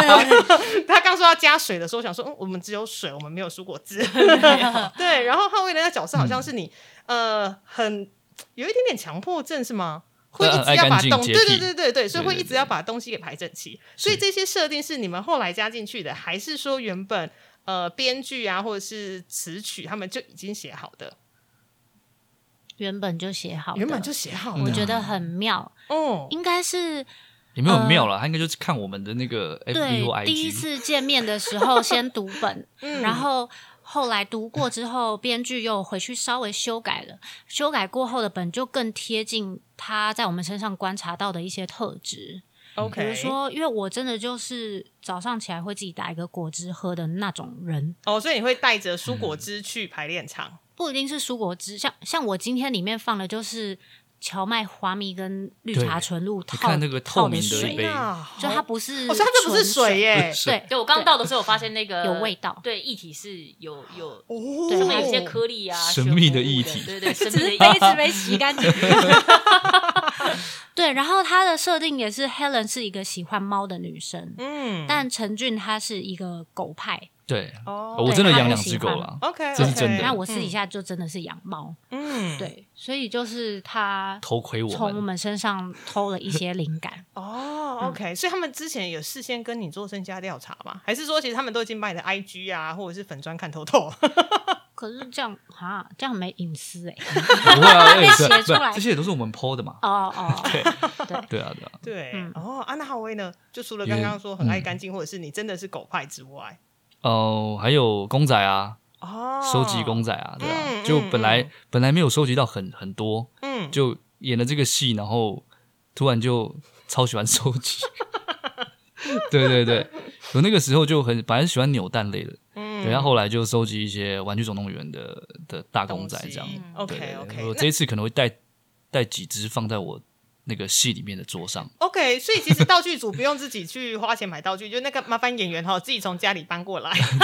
[SPEAKER 1] 他刚说要加水的时候，我想说，嗯，我们只有水，我们没有蔬果汁。
[SPEAKER 3] 啊
[SPEAKER 1] 对，然后浩威的那个角色好像是你，
[SPEAKER 3] 嗯
[SPEAKER 1] 呃，很有一点点强迫症是吗？会一
[SPEAKER 4] 呃
[SPEAKER 1] 直
[SPEAKER 4] 爱
[SPEAKER 1] 要把
[SPEAKER 4] 干净
[SPEAKER 1] 东，
[SPEAKER 4] 洁
[SPEAKER 1] 对对
[SPEAKER 4] 癖
[SPEAKER 1] 对对对，所以
[SPEAKER 4] 对
[SPEAKER 1] 会
[SPEAKER 4] 对
[SPEAKER 1] 一直要把东西给排整齐。所以这些设定是你们后来加进去的，还是说原本呃编剧啊或者是词曲他们就已经写好的？
[SPEAKER 3] 原本就写好的，嗯
[SPEAKER 1] 原本就写好
[SPEAKER 3] 我
[SPEAKER 1] 了。
[SPEAKER 3] 觉得很妙，
[SPEAKER 1] 哦，
[SPEAKER 3] 应该是
[SPEAKER 4] 也没有很妙啦，他应该就是看我们的那个 FB 或
[SPEAKER 3] 对
[SPEAKER 4] IG。
[SPEAKER 3] 第一次见面的时候先读本，
[SPEAKER 1] (laughs) 嗯
[SPEAKER 3] 然后后来读过之后，编剧又回去稍微修改了，修改过后的本就更贴近他在我们身上观察到的一些特质，比
[SPEAKER 1] OK，
[SPEAKER 3] 如说，因为我真的就是早上起来会自己打一个果汁喝的那种人。
[SPEAKER 1] 哦，所以你会带着蔬
[SPEAKER 4] 嗯
[SPEAKER 1] 果汁去排练场。
[SPEAKER 3] 不一定是蔬果汁，像像我今天里面放的就是荞麦花蜜跟绿
[SPEAKER 4] 对
[SPEAKER 3] 茶纯露
[SPEAKER 4] 你
[SPEAKER 3] 套
[SPEAKER 4] 看那个
[SPEAKER 3] 泡
[SPEAKER 4] 透明的
[SPEAKER 3] 水
[SPEAKER 4] 一，杯，
[SPEAKER 1] 啊，
[SPEAKER 3] 就它不是，
[SPEAKER 1] 哦，所以它这不是水，耶，
[SPEAKER 4] 是
[SPEAKER 3] 对，
[SPEAKER 2] 对我刚到的时候，我发现那个
[SPEAKER 3] 有味道
[SPEAKER 2] 对，液体是有有
[SPEAKER 1] 哦，
[SPEAKER 3] 对
[SPEAKER 2] 上
[SPEAKER 3] 它
[SPEAKER 2] 面有一些颗粒啊，
[SPEAKER 4] 神秘的
[SPEAKER 2] 悬浮物
[SPEAKER 4] 液体
[SPEAKER 2] 对
[SPEAKER 3] (laughs)
[SPEAKER 2] 对，神
[SPEAKER 6] 只
[SPEAKER 2] 秘
[SPEAKER 6] 是
[SPEAKER 2] 的
[SPEAKER 6] 杯
[SPEAKER 2] 液体。
[SPEAKER 6] 子没洗干净。
[SPEAKER 3] 对，然后它的设定也是 Helen 是一个喜欢猫的女生，
[SPEAKER 1] 嗯，
[SPEAKER 3] 但陈俊他是一个狗派，
[SPEAKER 4] 对，
[SPEAKER 1] 哦
[SPEAKER 4] 我真的
[SPEAKER 3] 对他
[SPEAKER 4] 养
[SPEAKER 3] 不
[SPEAKER 4] 两
[SPEAKER 3] 喜
[SPEAKER 4] 只狗
[SPEAKER 3] 欢
[SPEAKER 4] 了，
[SPEAKER 1] ，OK，
[SPEAKER 4] 这是真的嗯
[SPEAKER 3] 那我私底下就真的是养猫，
[SPEAKER 1] 嗯，，
[SPEAKER 3] 对，所以就是他
[SPEAKER 4] 偷窥我
[SPEAKER 3] 从我
[SPEAKER 4] 们。
[SPEAKER 3] 们身上偷了一些灵感，
[SPEAKER 1] 哦，OK，所以他们之前有事先跟你做身家调查吗？还是说其实他们都已经把你的 IG 啊，或者是粉砖看透透？
[SPEAKER 3] 可是这样哈，这样没隐私哎、
[SPEAKER 4] (laughs) 不会啊，
[SPEAKER 3] 被
[SPEAKER 4] 也是
[SPEAKER 3] 写
[SPEAKER 4] 不
[SPEAKER 3] 出
[SPEAKER 4] 是
[SPEAKER 3] 来
[SPEAKER 4] 这些也都是我们
[SPEAKER 3] (laughs)
[SPEAKER 4] PO 的嘛。
[SPEAKER 3] 哦哦，对，
[SPEAKER 4] 对啊，对啊，
[SPEAKER 1] (laughs) 对，
[SPEAKER 3] 嗯
[SPEAKER 1] 哦，安娜浩威呢？就除了
[SPEAKER 4] 也
[SPEAKER 1] 刚刚说很爱
[SPEAKER 4] 嗯
[SPEAKER 1] 干净，或者是你真的是狗派之外，
[SPEAKER 4] 哦，还有公仔啊，
[SPEAKER 1] 哦，
[SPEAKER 4] 收集公仔啊，对啊，
[SPEAKER 1] 嗯
[SPEAKER 4] 就
[SPEAKER 1] 嗯
[SPEAKER 4] 本来
[SPEAKER 1] 嗯
[SPEAKER 4] 本来没有收集到很很多，
[SPEAKER 1] 嗯，
[SPEAKER 4] 就演了这个戏，然后突然就 (laughs) 超喜欢收集。 (laughs) 对对对，我那个时候就很，本来是喜欢扭蛋类的，
[SPEAKER 1] 嗯，
[SPEAKER 4] 等下后来就收集一些《玩具总动员的》的大公
[SPEAKER 1] 东
[SPEAKER 4] 仔这样。
[SPEAKER 1] 西
[SPEAKER 4] 对对
[SPEAKER 1] ，OK
[SPEAKER 4] 对，我
[SPEAKER 1] OK，
[SPEAKER 4] 这一次可能会带带几只放在我那个戏里面的桌上。
[SPEAKER 1] OK，所以其实道具组不用自己去花钱买道具，就那个麻烦演员哈，自己从家里搬过来。
[SPEAKER 4] (laughs)
[SPEAKER 1] (laughs)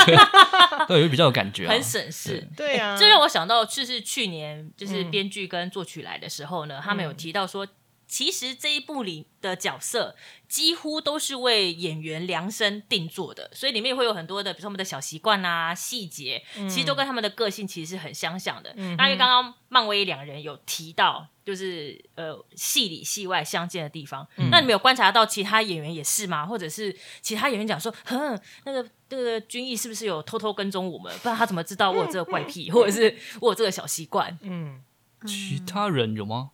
[SPEAKER 4] 对，会比较有感觉、啊，
[SPEAKER 2] 很省事。
[SPEAKER 1] 对啊，
[SPEAKER 2] 哎这让我想到，就是去年就是
[SPEAKER 1] 嗯
[SPEAKER 2] 编剧跟作曲来的时候呢，他们有
[SPEAKER 1] 嗯
[SPEAKER 2] 提到说，其实这一部里的角色几乎都是为演员量身定做的，所以里面会有很多的，比如说我们的小习惯啊、细节，其实都跟他们的个性其实是很相像的。
[SPEAKER 1] 嗯嗯哼
[SPEAKER 2] 那因为刚刚漫威两人有提到。就是呃，戏里戏外相见的地方。
[SPEAKER 1] 嗯
[SPEAKER 2] 那你们有观察到其他演员也是吗？或者是其他演员讲说，哼，那个那个军艺是不是有偷偷跟踪我们？不然他怎么知道我有这个
[SPEAKER 1] (laughs)
[SPEAKER 2] 怪癖，或者是我有这个小习惯？
[SPEAKER 1] 嗯，
[SPEAKER 4] 其他人有吗？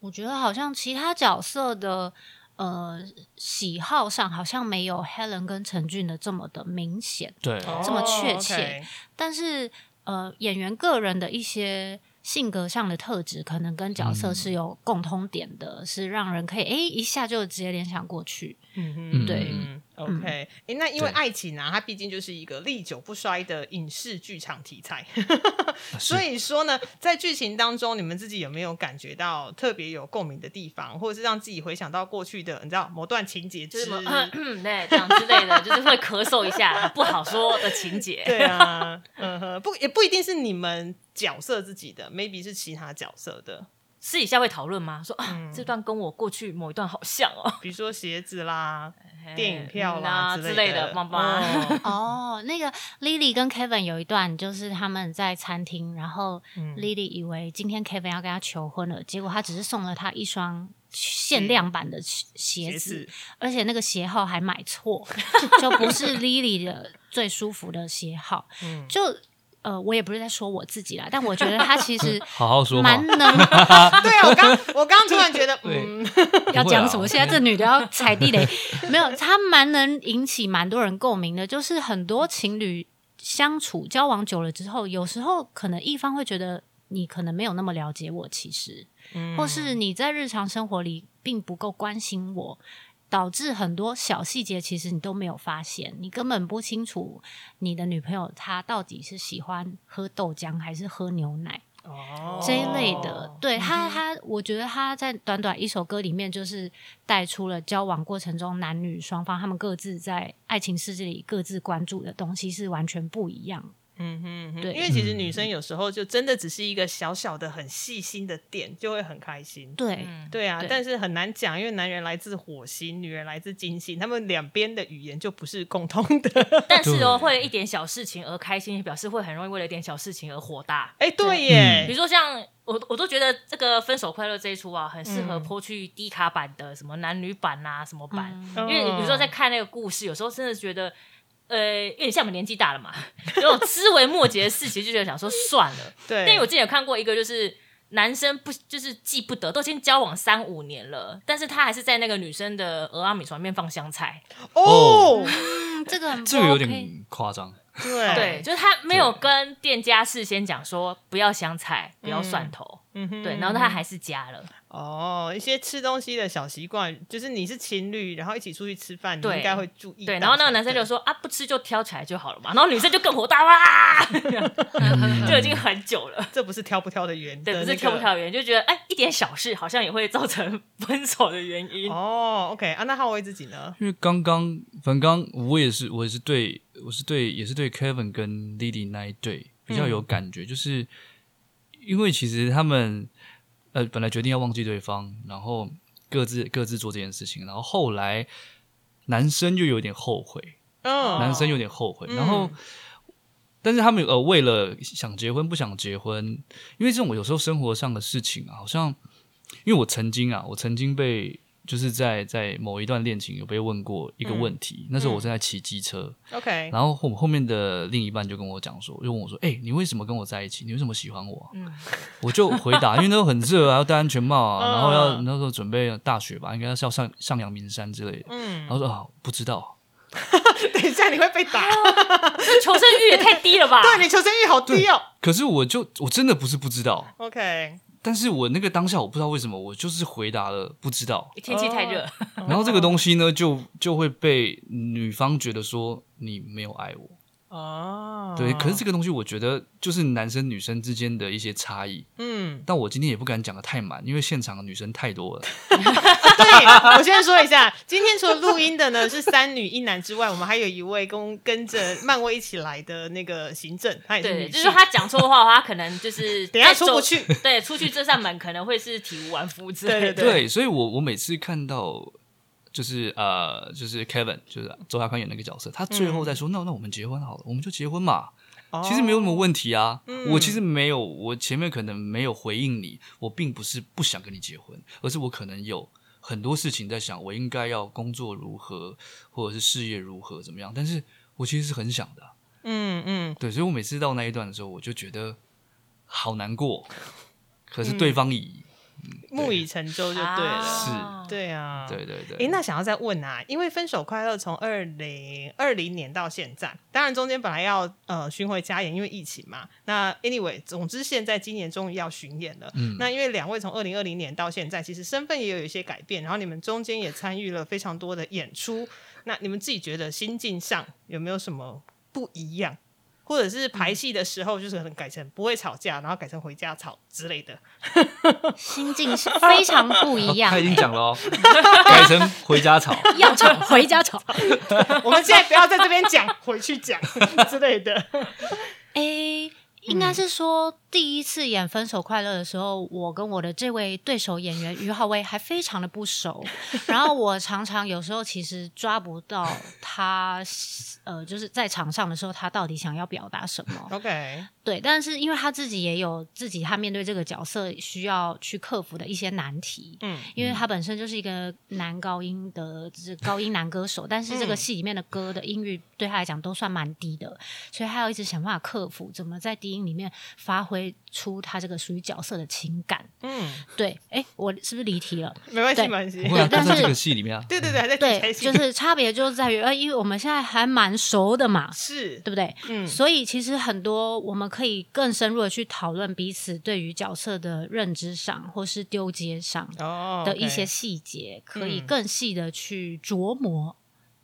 [SPEAKER 3] 我觉得好像其他角色的呃喜好上好像没有 Helen 跟陈俊的这么的明显，
[SPEAKER 4] 对，
[SPEAKER 1] 哦
[SPEAKER 3] 这么确切但是呃演员个人的一些。性格上的特质可能跟角色
[SPEAKER 1] 嗯
[SPEAKER 3] 是有共通点的，是让人可以诶、一下就直接联想过去。
[SPEAKER 1] 嗯哼，
[SPEAKER 4] 对
[SPEAKER 1] 嗯，OK，哎、诶那因为
[SPEAKER 4] 对
[SPEAKER 1] 爱情啊，它毕竟就是一个历久不衰的影视剧场题材，
[SPEAKER 4] 是
[SPEAKER 1] 所以说呢，在剧情当中，你们自己有没有感觉到特别有共鸣的地方，或者是让自己回想到过去的，你知道某段情节
[SPEAKER 2] 就是
[SPEAKER 1] 之
[SPEAKER 2] 什 (laughs) 么对这样之类的，就是会咳嗽一下，不好说的
[SPEAKER 1] (laughs)
[SPEAKER 2] 情 (laughs) 节。
[SPEAKER 1] (laughs) 对啊，嗯哼，不也不一定是你们角色自己的，maybe 是其他角色的，
[SPEAKER 2] 私底下会讨论吗？说啊，
[SPEAKER 1] 嗯
[SPEAKER 2] 这段跟我过去某一段好像哦，
[SPEAKER 1] 比如说鞋子啦、 (laughs) 电影票
[SPEAKER 2] 嗯
[SPEAKER 1] 啦
[SPEAKER 2] 啊
[SPEAKER 1] 之
[SPEAKER 2] 之
[SPEAKER 1] 类
[SPEAKER 2] 类的，妈妈。
[SPEAKER 1] 哦
[SPEAKER 2] (laughs)
[SPEAKER 3] 哦，那个 (laughs) Lily 跟 Kevin 有一段，就是他们在餐厅，然后
[SPEAKER 1] 嗯
[SPEAKER 3] Lily 以为今天 Kevin 要跟她求婚了，结果他只是送了她一双限量版的鞋
[SPEAKER 1] 鞋
[SPEAKER 3] 子，
[SPEAKER 1] 子，
[SPEAKER 3] 而且那个鞋号还买错，
[SPEAKER 1] (laughs)
[SPEAKER 3] 就不是 Lily 的最舒服的鞋号。
[SPEAKER 1] 嗯
[SPEAKER 3] 就呃，我也不是在说我自己啦，但我觉得他其实
[SPEAKER 4] 好好说话
[SPEAKER 3] 蛮能
[SPEAKER 4] (laughs)
[SPEAKER 1] 对啊，我刚我刚刚突然觉得，
[SPEAKER 4] 对
[SPEAKER 1] 嗯，
[SPEAKER 3] 要讲什
[SPEAKER 4] 不会
[SPEAKER 3] 么。
[SPEAKER 4] 啊
[SPEAKER 3] 现在这女的要踩地雷， (laughs) 没有，她蛮能引起蛮多人共鸣的，就是很多情侣相处交往久了之后，有时候可能一方会觉得你可能没有那么了解我，其实。
[SPEAKER 4] 嗯
[SPEAKER 3] 嗯或是你在日常生活里并不够关心我，导致很多小细节其实你都没有发现，你根本不清楚你的女朋友她到底是喜欢喝豆浆还是喝牛奶
[SPEAKER 1] 哦
[SPEAKER 3] 这一类的。对她，她我觉得她在短短一首歌里面，就是带出了交往过程中男女双方他们各自在爱情世界里各自关注的东西是完全不一样的。
[SPEAKER 1] 嗯哼嗯哼，
[SPEAKER 3] 对
[SPEAKER 1] 因为其实女生有时候就真的只是一个小小的、很细心的点，就会很开心。
[SPEAKER 3] 对，
[SPEAKER 2] 嗯
[SPEAKER 1] 对啊，
[SPEAKER 3] 对
[SPEAKER 1] 但是很难讲，因为男人来自火星，女人来自金星，他们两边的语言就不是共通的。 (laughs)
[SPEAKER 2] 但是哦，会有一点小事情而开心，表示会很容易为了一点小事情而火大。
[SPEAKER 1] 哎，对耶，
[SPEAKER 2] 比如说像我，我都觉得这个《分手快乐》这一出啊，很适合
[SPEAKER 1] 嗯
[SPEAKER 2] 播去低卡版的什么男女版啊，什么版。
[SPEAKER 1] 嗯
[SPEAKER 2] 因为有时候在看那个故事，有时候真的觉得，呃，因为像我们年纪 (laughs) 大了嘛，这种枝微末节的事情就觉得想说算了。
[SPEAKER 1] 对，
[SPEAKER 2] 但我之前有看过一个，就是男生不就是记不得，都已经交往三五年了，但是他还是在那个女生的俄阿米床面放香菜，
[SPEAKER 1] 哦，
[SPEAKER 3] 嗯，这个很不
[SPEAKER 4] 这个有
[SPEAKER 3] OK
[SPEAKER 4] 点夸张。
[SPEAKER 1] 对
[SPEAKER 2] 对，，就是他没有跟店家事先讲说不要香菜，不要蒜头，
[SPEAKER 1] 嗯哼
[SPEAKER 2] 对，然后他还是加了，
[SPEAKER 1] 哦，一些吃东西的小习惯，就是你是情侣，然后一起出去吃饭，你
[SPEAKER 2] 对
[SPEAKER 1] 应该会注意到才。
[SPEAKER 2] 对，然后那个男生就说啊，不吃就挑起来就好了嘛，然后女生就更火大
[SPEAKER 1] (laughs)
[SPEAKER 2] 哇，这样就已经很久了。
[SPEAKER 1] 这不是挑不挑的原，
[SPEAKER 2] 对，
[SPEAKER 1] 的
[SPEAKER 2] 不
[SPEAKER 1] 那
[SPEAKER 2] 是
[SPEAKER 1] 个
[SPEAKER 2] 跳不。跳原因，就觉得哎，一点小事好像也会造成分手的原因。
[SPEAKER 1] 哦，OK，啊，那浩威自己呢？
[SPEAKER 4] 因为刚刚，反正刚我也是，我也是对，我是对，也是对 Kevin 跟 Lily 那一对比较有感觉，就是因为其实他们呃本来决定要忘记对方，然后各自各自做这件事情，然后后来男生就有点后悔，
[SPEAKER 1] 嗯，
[SPEAKER 4] 男生有点后悔，然后。但是他们呃，为了想结婚不想结婚，因为这种有时候生活上的事情啊，好像因为我曾经啊，我曾经被就是在在某一段恋情有被问过一个问题，
[SPEAKER 1] 嗯
[SPEAKER 4] 那时候我正在骑机车， (laughs)
[SPEAKER 1] OK，
[SPEAKER 4] 然后后后面的另一半就跟我讲说，就问我说：“哎、你为什么跟我在一起？你为什么喜欢我啊、我就回
[SPEAKER 1] (laughs)
[SPEAKER 4] 答，因为那时候很热啊，要戴安全帽
[SPEAKER 1] 嗯
[SPEAKER 4] 啊，然后要那时候准备大学吧，应该是要上上阳明山之类的。
[SPEAKER 1] 嗯，
[SPEAKER 4] 然后说啊，不知道。
[SPEAKER 1] 等一下你会被打，
[SPEAKER 2] 这求生欲也太低了吧？
[SPEAKER 1] (laughs) 对你求生欲好低哦。
[SPEAKER 4] 可是我就我真的不是不知道，
[SPEAKER 1] OK，
[SPEAKER 4] 但是我那个当下我不知道为什么，我就是回答了不知道。
[SPEAKER 2] 天气太热，
[SPEAKER 1] 哦
[SPEAKER 4] 然后这个东西呢，就就会被女方觉得说你没有爱我。
[SPEAKER 1] 哦，
[SPEAKER 4] 对，可是这个东西我觉得就是男生女生之间的一些差异。
[SPEAKER 1] 嗯，
[SPEAKER 4] 但我今天也不敢讲的太满，因为现场的女生太多了。
[SPEAKER 1] (laughs) 对，我先说一下，今天除了录音的呢是三女一男之外，我们还有一位跟跟着漫威一起来的那个行政，他也是
[SPEAKER 2] 对，
[SPEAKER 1] 女
[SPEAKER 2] 就
[SPEAKER 1] 性
[SPEAKER 2] 是，他讲错话的话，他可能就是
[SPEAKER 1] 等一下
[SPEAKER 2] 在走
[SPEAKER 1] 出不去。
[SPEAKER 2] 对，出去这扇门可能会是体无完肤之
[SPEAKER 1] 对对
[SPEAKER 2] 类的。
[SPEAKER 4] 对，所以我我每次看到就是呃，就是 Kevin，就是周亚宽演那个角色，他最
[SPEAKER 1] 嗯
[SPEAKER 4] 后在说、那那我们结婚好了，我们就结婚嘛。
[SPEAKER 1] 哦
[SPEAKER 4] 其实没有什么问题
[SPEAKER 3] 哦
[SPEAKER 4] 啊，
[SPEAKER 3] 嗯
[SPEAKER 4] 我其实没有，我前面可能没有回应你，我并不是不想跟你结婚，而是我可能有很多事情在想，我应该要工作如何，或者是事业如何怎么样，但是我其实是很想的啊，
[SPEAKER 1] 嗯嗯，
[SPEAKER 4] 对，所以我每次到那一段的时候，我就觉得好难过，可是对方以、
[SPEAKER 1] 木已成舟就对了，
[SPEAKER 2] 啊
[SPEAKER 1] 对啊，
[SPEAKER 3] 嗯
[SPEAKER 4] 对对对，
[SPEAKER 1] 诶，
[SPEAKER 3] 哎
[SPEAKER 1] 那想要再问啊，因为《分手快乐》从二零二零年到现在，当然中间本来要呃巡回加演，因为疫情嘛。那 anyway，总之现在今年终于要巡演了。
[SPEAKER 4] 嗯
[SPEAKER 1] 那因为两位从二零二零年到现在，其实身份也有一些改变，然后你们中间也参与了非常多的演出。那你们自己觉得心境上有没有什么不一样？或者是排戏的时候，就是可能改成不会吵架，然后改成回家吵之类的。
[SPEAKER 3] 心境是非常不一
[SPEAKER 4] (laughs)
[SPEAKER 3] 样
[SPEAKER 4] 他已经
[SPEAKER 3] 欸、
[SPEAKER 4] 讲了
[SPEAKER 3] (laughs)
[SPEAKER 4] 哦，改成回家吵。
[SPEAKER 3] 要吵回家吵。
[SPEAKER 1] 我们现在不要在这边讲，回去讲 (laughs) 之类的。
[SPEAKER 3] 诶，应该是说第一次演《分手快乐》的时候，我跟我的这位对手演员于浩威还非常的不熟，然后我常常有时候其实抓不到他，呃，就是在场上的时候他到底想要表达什么。
[SPEAKER 1] OK，
[SPEAKER 3] 对，但是因为他自己也有自己他面对这个角色需要去克服的一些难题，
[SPEAKER 1] 嗯，
[SPEAKER 3] 因为他本身就是一个男高音的，就是高音男歌手，但是这
[SPEAKER 1] 嗯
[SPEAKER 3] 个戏里面的歌的音域对他来讲都算蛮低的，所以他要一直想办法克服，怎么在低音里面发挥出他这个属于角色的情感。
[SPEAKER 1] 嗯。
[SPEAKER 3] 对，哎，我是不是离
[SPEAKER 1] (laughs)
[SPEAKER 3] 题了？
[SPEAKER 1] 没关系，
[SPEAKER 3] 对
[SPEAKER 1] 没关系
[SPEAKER 4] 不。会啊，
[SPEAKER 3] 但
[SPEAKER 4] 但在
[SPEAKER 3] 是
[SPEAKER 4] 这个戏里面啊，
[SPEAKER 1] (laughs) 对对对，还在自己开
[SPEAKER 3] 对，
[SPEAKER 1] 心，
[SPEAKER 3] 就是差别就在于，呃，因为我们现在还蛮熟的嘛，
[SPEAKER 1] (laughs) 是
[SPEAKER 3] 对，不对？
[SPEAKER 1] 嗯
[SPEAKER 3] 所以其实很多我们可以更深入的去讨论彼此对于角色的认知上，或是丢接上。
[SPEAKER 1] 哦
[SPEAKER 3] 的一些细节，可以
[SPEAKER 1] 嗯
[SPEAKER 3] 更细的去琢磨。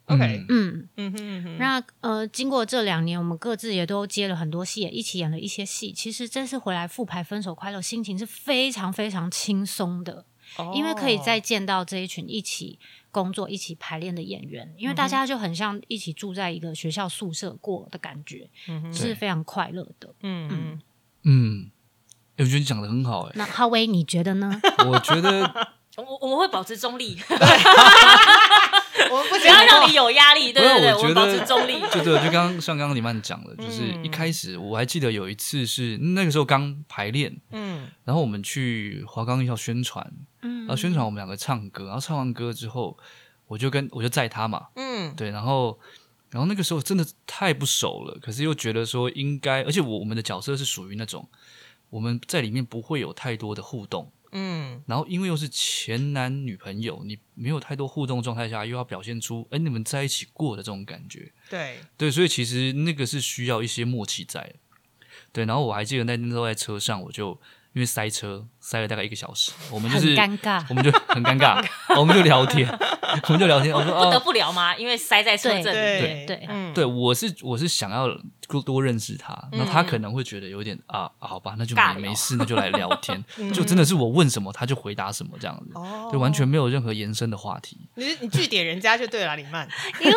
[SPEAKER 1] OK，
[SPEAKER 3] 嗯，
[SPEAKER 1] 嗯哼嗯哼，
[SPEAKER 3] 那呃，经过这两年，我们各自也都接了很多戏，也一起演了一些戏。其实这次回来复排《分手快乐》，心情是非常非常轻松的，
[SPEAKER 1] 哦
[SPEAKER 3] 因为可以再见到这一群一起工作、一起排练的演员，因为
[SPEAKER 1] 嗯
[SPEAKER 3] 大家就很像一起住在一个学校宿舍过的感觉，
[SPEAKER 1] 嗯哼
[SPEAKER 3] 是非常快乐的。
[SPEAKER 1] 嗯嗯
[SPEAKER 4] 嗯，诶我觉得你讲的很好哎、
[SPEAKER 3] 那浩威，你觉得呢？
[SPEAKER 4] 我觉得
[SPEAKER 2] 我我们会保持中立，
[SPEAKER 1] 我们不
[SPEAKER 2] 不要
[SPEAKER 1] 讲
[SPEAKER 2] 让你有压力。对对对，我
[SPEAKER 4] 不要我觉
[SPEAKER 2] 们
[SPEAKER 4] 得
[SPEAKER 2] 保持中立。
[SPEAKER 4] 就对，就刚刚像刚刚你曼讲的，就是
[SPEAKER 1] 嗯
[SPEAKER 4] 一开始我还记得有一次是那个时候刚排练，
[SPEAKER 1] 嗯
[SPEAKER 4] 然后我们去华冈艺校宣传，
[SPEAKER 3] 嗯
[SPEAKER 4] 然后宣传我们两个唱歌，然后唱完歌之后，我就跟我就载他嘛，
[SPEAKER 1] 嗯
[SPEAKER 4] 对，然后然后那个时候真的太不熟了，可是又觉得说应该，而且我我们的角色是属于那种。我们在里面不会有太多的互动。
[SPEAKER 1] 嗯，
[SPEAKER 4] 然后因为又是前男女朋友，你没有太多互动状态下，又要表现出哎你们在一起过的这种感觉，
[SPEAKER 1] 对，
[SPEAKER 4] 对，所以其实那个是需要一些默契在的。对，然后我还记得那天都在车上，我就因为塞车塞了大概一个小时，我们就
[SPEAKER 3] 很
[SPEAKER 4] 是
[SPEAKER 3] 尴尬
[SPEAKER 4] 我们就很尴尬，我们就聊天，我们就聊天，我说
[SPEAKER 2] 不得
[SPEAKER 4] 哦，
[SPEAKER 2] 不聊吗？因为塞在车这里，
[SPEAKER 1] 对
[SPEAKER 3] 对
[SPEAKER 1] 嗯，
[SPEAKER 4] 对，我是我是想要多多认识他，那他可能会觉得有点啊，啊好吧，那就
[SPEAKER 2] 尬
[SPEAKER 4] 没
[SPEAKER 2] 聊
[SPEAKER 4] 没事，那就来聊天，就真的是我问什么他就回答什么这样子，
[SPEAKER 1] 哦
[SPEAKER 4] 就完全没有任何延伸的话题。
[SPEAKER 1] 你你据点人家就对了，李曼。
[SPEAKER 3] 因为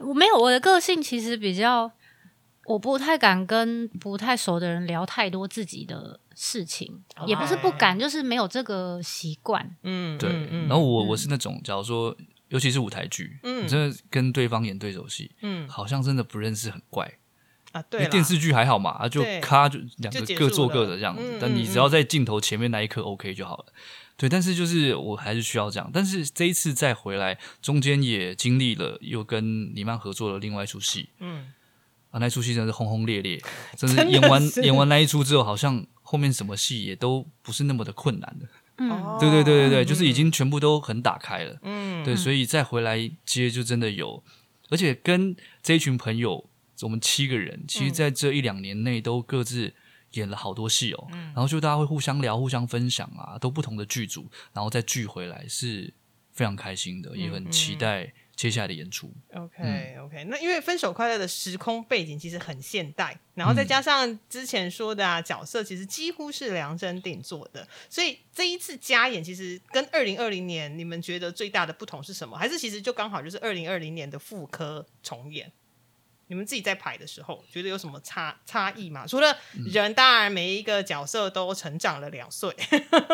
[SPEAKER 3] 我没有我的个性，其实比较我不太敢跟不太熟的人聊太多自己的事情，也不是不敢，就是没有这个习惯。
[SPEAKER 1] 嗯，
[SPEAKER 4] 对，
[SPEAKER 1] 嗯嗯
[SPEAKER 4] 然后我我是那种，假如说，尤其是舞台剧，
[SPEAKER 1] 嗯
[SPEAKER 4] 你真的跟对方演对手戏，
[SPEAKER 1] 嗯
[SPEAKER 4] 好像真的不认识很怪。
[SPEAKER 1] 啊，
[SPEAKER 4] 因
[SPEAKER 1] 对
[SPEAKER 4] 为
[SPEAKER 1] 啦，
[SPEAKER 4] 电视剧还好嘛，啊就
[SPEAKER 1] 对
[SPEAKER 4] 咔就两
[SPEAKER 1] 就
[SPEAKER 4] 个
[SPEAKER 1] 结束
[SPEAKER 4] 各做各
[SPEAKER 1] 了
[SPEAKER 4] 的这样子，
[SPEAKER 1] 嗯
[SPEAKER 4] 但你
[SPEAKER 1] 嗯
[SPEAKER 4] 只要在镜头前面那一刻 OK 就好了。对，但是就是我还是需要这样，但是这一次再回来，中间也经历了又跟李曼合作了另外一出戏
[SPEAKER 1] 嗯，
[SPEAKER 4] 啊，那出戏真的是轰轰烈烈，真是
[SPEAKER 1] 真的
[SPEAKER 4] 演完
[SPEAKER 1] 是
[SPEAKER 4] 演完那一出之后，好像后面什么戏也都不是那么的困难的。
[SPEAKER 1] 哦
[SPEAKER 3] 嗯，
[SPEAKER 4] 对对对对对，就是已经全部都很打开了。
[SPEAKER 1] 嗯，
[SPEAKER 4] 对，所以再回来接就真的有，而且跟这一群朋友，我们七个人，
[SPEAKER 1] 嗯
[SPEAKER 4] 其实在这一两年内都各自演了好多戏哦。
[SPEAKER 1] 嗯
[SPEAKER 4] 然后就大家会互相聊、互相分享啊，都不同的剧组，然后再聚回来是非常开心的，
[SPEAKER 1] 嗯
[SPEAKER 4] 也很期待接下来的演
[SPEAKER 1] (laughs)
[SPEAKER 4] 出。
[SPEAKER 1] OK OK，那因为《分手快乐》的时空背景其实很现代，然后再加上之前说的啊，角色其实几乎是量身定做的，所以这一次加演其实跟二零二零年你们觉得最大的不同是什么？还是其实就刚好就是二零二零年的妇科重演？你们自己在排的时候，觉得有什么差差异吗？除了人，当然每一个角色都成长了两岁 (laughs)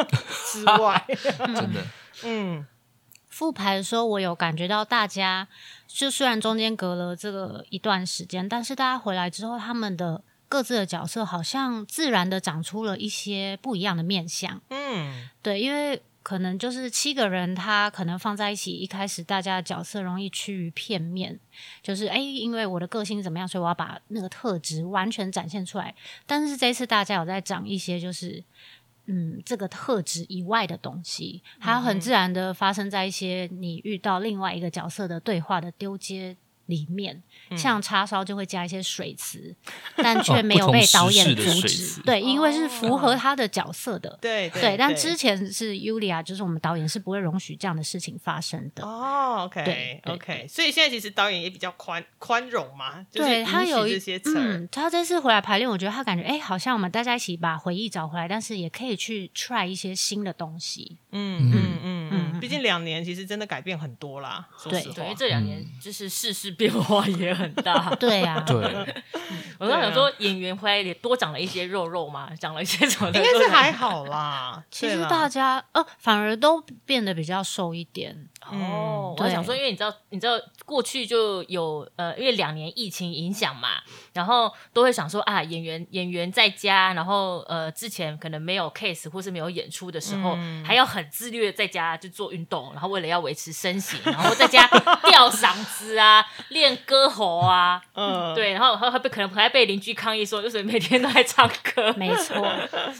[SPEAKER 1] 之外，
[SPEAKER 4] 真的，
[SPEAKER 1] 嗯
[SPEAKER 3] 复排的时候，我有感觉到大家，就虽然中间隔了这个一段时间，但是大家回来之后，他们的各自的角色好像自然的长出了一些不一样的面相。
[SPEAKER 1] 嗯，
[SPEAKER 3] 对，因为可能就是七个人，他可能放在一起，一开始大家的角色容易趋于片面，就是哎，诶因为我的个性怎么样，所以我要把那个特质完全展现出来。但是这一次大家有在讲一些，就是嗯，这个特质以外的东西，它
[SPEAKER 4] 嗯
[SPEAKER 3] 很自然的发生在一些你遇到另外一个角色的对话的丢接。里面像叉烧就会加一些水词，
[SPEAKER 4] (laughs)
[SPEAKER 3] 但却
[SPEAKER 4] 嗯哦
[SPEAKER 3] 没
[SPEAKER 4] 不
[SPEAKER 3] 有
[SPEAKER 4] 同
[SPEAKER 3] 被
[SPEAKER 4] 时
[SPEAKER 3] 导演
[SPEAKER 4] 事的
[SPEAKER 3] 阻
[SPEAKER 4] 水
[SPEAKER 3] 止
[SPEAKER 4] 词，嗯
[SPEAKER 3] 对，因为是
[SPEAKER 1] 哦
[SPEAKER 3] 符合他的角色的，
[SPEAKER 1] 对对
[SPEAKER 3] 对，但之前是 Yulia，就是我们导演是不会容许这样的事情发生的。
[SPEAKER 1] 哦，OK
[SPEAKER 3] 对对
[SPEAKER 1] OK，所以现在其实导演也比较宽宽容嘛，就是
[SPEAKER 3] 对他
[SPEAKER 1] 允许
[SPEAKER 3] 有一
[SPEAKER 1] 这些词儿，
[SPEAKER 3] 嗯，他这次回来排练，我觉得他感觉哎、诶好像我们大家一起把回忆找回来，但是也可以去 try 一些新的东西。
[SPEAKER 1] 嗯嗯嗯嗯，
[SPEAKER 3] 嗯
[SPEAKER 1] 毕竟两年其实真的改变很多啦，说
[SPEAKER 3] 对
[SPEAKER 1] 实
[SPEAKER 2] 对，因
[SPEAKER 1] 话
[SPEAKER 2] 为，这两年就是世事变化也很大。
[SPEAKER 3] 对呀、啊，
[SPEAKER 4] 对，
[SPEAKER 2] 我刚想说，演员回来也多长了一些肉肉嘛，长了一些什么的？
[SPEAKER 1] 应该是还好 (laughs) 啦。
[SPEAKER 3] 其
[SPEAKER 1] 对
[SPEAKER 3] 实
[SPEAKER 1] 啦
[SPEAKER 3] 大家呃反而都变得比较瘦一点。
[SPEAKER 2] 哦
[SPEAKER 1] 嗯，
[SPEAKER 2] 我在想
[SPEAKER 3] 对
[SPEAKER 2] 说，因为你知道，你知道过去就有呃，因为两年疫情影响嘛，然后都会想说啊，演员演员在家，然后呃，之前可能没有 case 或是没有演出的时候，
[SPEAKER 1] 嗯
[SPEAKER 2] 还要很自律的在家就做运动，然后为了要维持身形，然后在家吊嗓子啊，练歌喉啊，
[SPEAKER 1] 嗯，
[SPEAKER 2] 对，然后还还被可能还被邻居抗议说，就是每天都在唱歌，
[SPEAKER 3] 没
[SPEAKER 2] (laughs)
[SPEAKER 3] 错，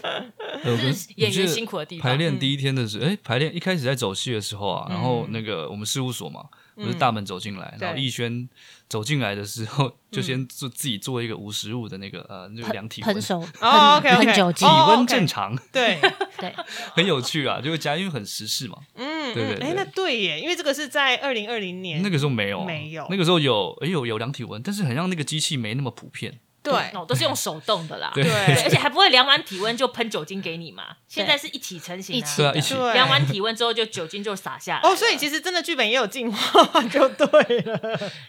[SPEAKER 4] 呃
[SPEAKER 2] 这是 (laughs) 演员
[SPEAKER 4] 我记得
[SPEAKER 2] 辛苦的地方嗯
[SPEAKER 4] 排练第一天的时候，哎、排练一开始在走戏的时候啊，然后那个我们事务所嘛，我
[SPEAKER 2] 嗯
[SPEAKER 4] 是大门走进来，然后
[SPEAKER 1] 对
[SPEAKER 4] 逸轩走进来的时候，
[SPEAKER 2] 嗯
[SPEAKER 4] 就先做自己做一个无实物的那个呃，那个量体温，
[SPEAKER 3] 喷
[SPEAKER 1] (laughs)
[SPEAKER 4] 体
[SPEAKER 3] 手，
[SPEAKER 1] 哦
[SPEAKER 3] 喷
[SPEAKER 1] OK，OK
[SPEAKER 3] 喷酒精，
[SPEAKER 1] 哦
[SPEAKER 4] 温
[SPEAKER 1] OK
[SPEAKER 4] 正常，
[SPEAKER 3] (laughs)
[SPEAKER 1] 对，
[SPEAKER 3] 对，
[SPEAKER 4] 很有趣啊，就加因为很时事嘛，
[SPEAKER 1] 嗯，
[SPEAKER 4] 对对
[SPEAKER 1] 嗯哎，
[SPEAKER 4] 对
[SPEAKER 1] 那对耶，因为这个是在二零二零
[SPEAKER 2] 哎
[SPEAKER 1] 年，
[SPEAKER 4] 那个时候没有啊，
[SPEAKER 1] 没有
[SPEAKER 4] 那个时候有哎有有量体温，但是很像那个机器没那么普遍，
[SPEAKER 1] 对
[SPEAKER 2] 哦，都是用手动的啦，
[SPEAKER 4] 对
[SPEAKER 2] 对，而
[SPEAKER 3] (laughs)
[SPEAKER 1] 对
[SPEAKER 2] 且还不会量完体温就喷酒精给你嘛，现在是一体成型、啊，
[SPEAKER 3] 一起
[SPEAKER 4] 对啊，
[SPEAKER 3] 的
[SPEAKER 4] 一起。
[SPEAKER 1] 对
[SPEAKER 2] 量完体温之后就酒精就洒下来了。
[SPEAKER 1] 哦，所以其实真的剧本也有进化，就对了，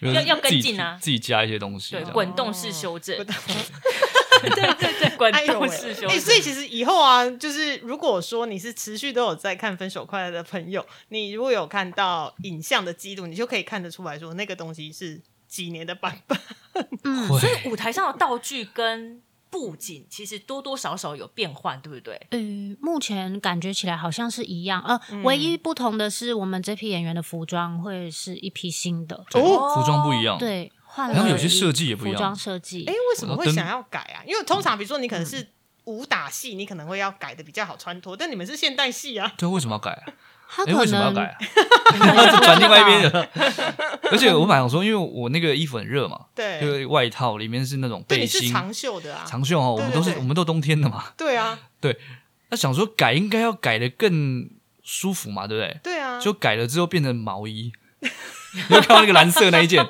[SPEAKER 4] 要
[SPEAKER 2] 要要跟进啊
[SPEAKER 4] 自己加一些东西，
[SPEAKER 2] 对
[SPEAKER 1] 哦
[SPEAKER 4] 这样
[SPEAKER 2] 滚动式修正，
[SPEAKER 1] 滚动
[SPEAKER 2] (laughs) 对对对，滚
[SPEAKER 1] 哎呦
[SPEAKER 2] 动
[SPEAKER 1] 喂
[SPEAKER 2] 式修
[SPEAKER 1] 哎、
[SPEAKER 2] 正。
[SPEAKER 1] 所以其实以后啊，就是如果说你是持续都有在看《分手快乐》的朋友，你如果有看到影像的记录，你就可以看得出来说那个东西是几年的版 (laughs) 本。
[SPEAKER 3] 嗯，
[SPEAKER 4] 会
[SPEAKER 2] 舞台上的道具跟布景其实多多少少有变换，对不对？
[SPEAKER 3] 呃，目前感觉起来好像是一样，呃，
[SPEAKER 1] 嗯
[SPEAKER 3] 唯一不同的是我们这批演员的服装会是一批新的，
[SPEAKER 4] 对
[SPEAKER 1] 哦
[SPEAKER 4] 服装不一样，
[SPEAKER 3] 对，换了
[SPEAKER 4] 然后有些设计也不一
[SPEAKER 3] 服
[SPEAKER 4] 样
[SPEAKER 3] 装设计
[SPEAKER 1] 哎、，为什么
[SPEAKER 4] 我要
[SPEAKER 1] 会
[SPEAKER 4] 登
[SPEAKER 1] 想要改啊？因为通常比如说你可能是武打戏，你可能会要改的比较好穿脱，但你们是现代戏啊，
[SPEAKER 4] 对，为什么要改、啊？
[SPEAKER 3] 他
[SPEAKER 4] 哎、
[SPEAKER 3] 可
[SPEAKER 4] 为什么要
[SPEAKER 3] 能
[SPEAKER 4] 改、 (laughs) 啊？就转另外一边了。而且我本来想说，因为我那个衣服很热嘛，就
[SPEAKER 1] 对，
[SPEAKER 4] 是外套里面是那种
[SPEAKER 1] 对，
[SPEAKER 4] 背
[SPEAKER 1] 你是
[SPEAKER 4] 心、
[SPEAKER 1] 长袖的啊，
[SPEAKER 4] 长袖哦，我们
[SPEAKER 1] 对对
[SPEAKER 4] 都是
[SPEAKER 1] 对
[SPEAKER 4] 我们都冬天的嘛。
[SPEAKER 1] 对啊，
[SPEAKER 4] 那想说改应该要改的更舒服嘛，对不对？
[SPEAKER 1] 对啊，
[SPEAKER 4] 就改了之后变成毛衣， (laughs) 你有看到那个蓝色那
[SPEAKER 1] (laughs)
[SPEAKER 4] 一件，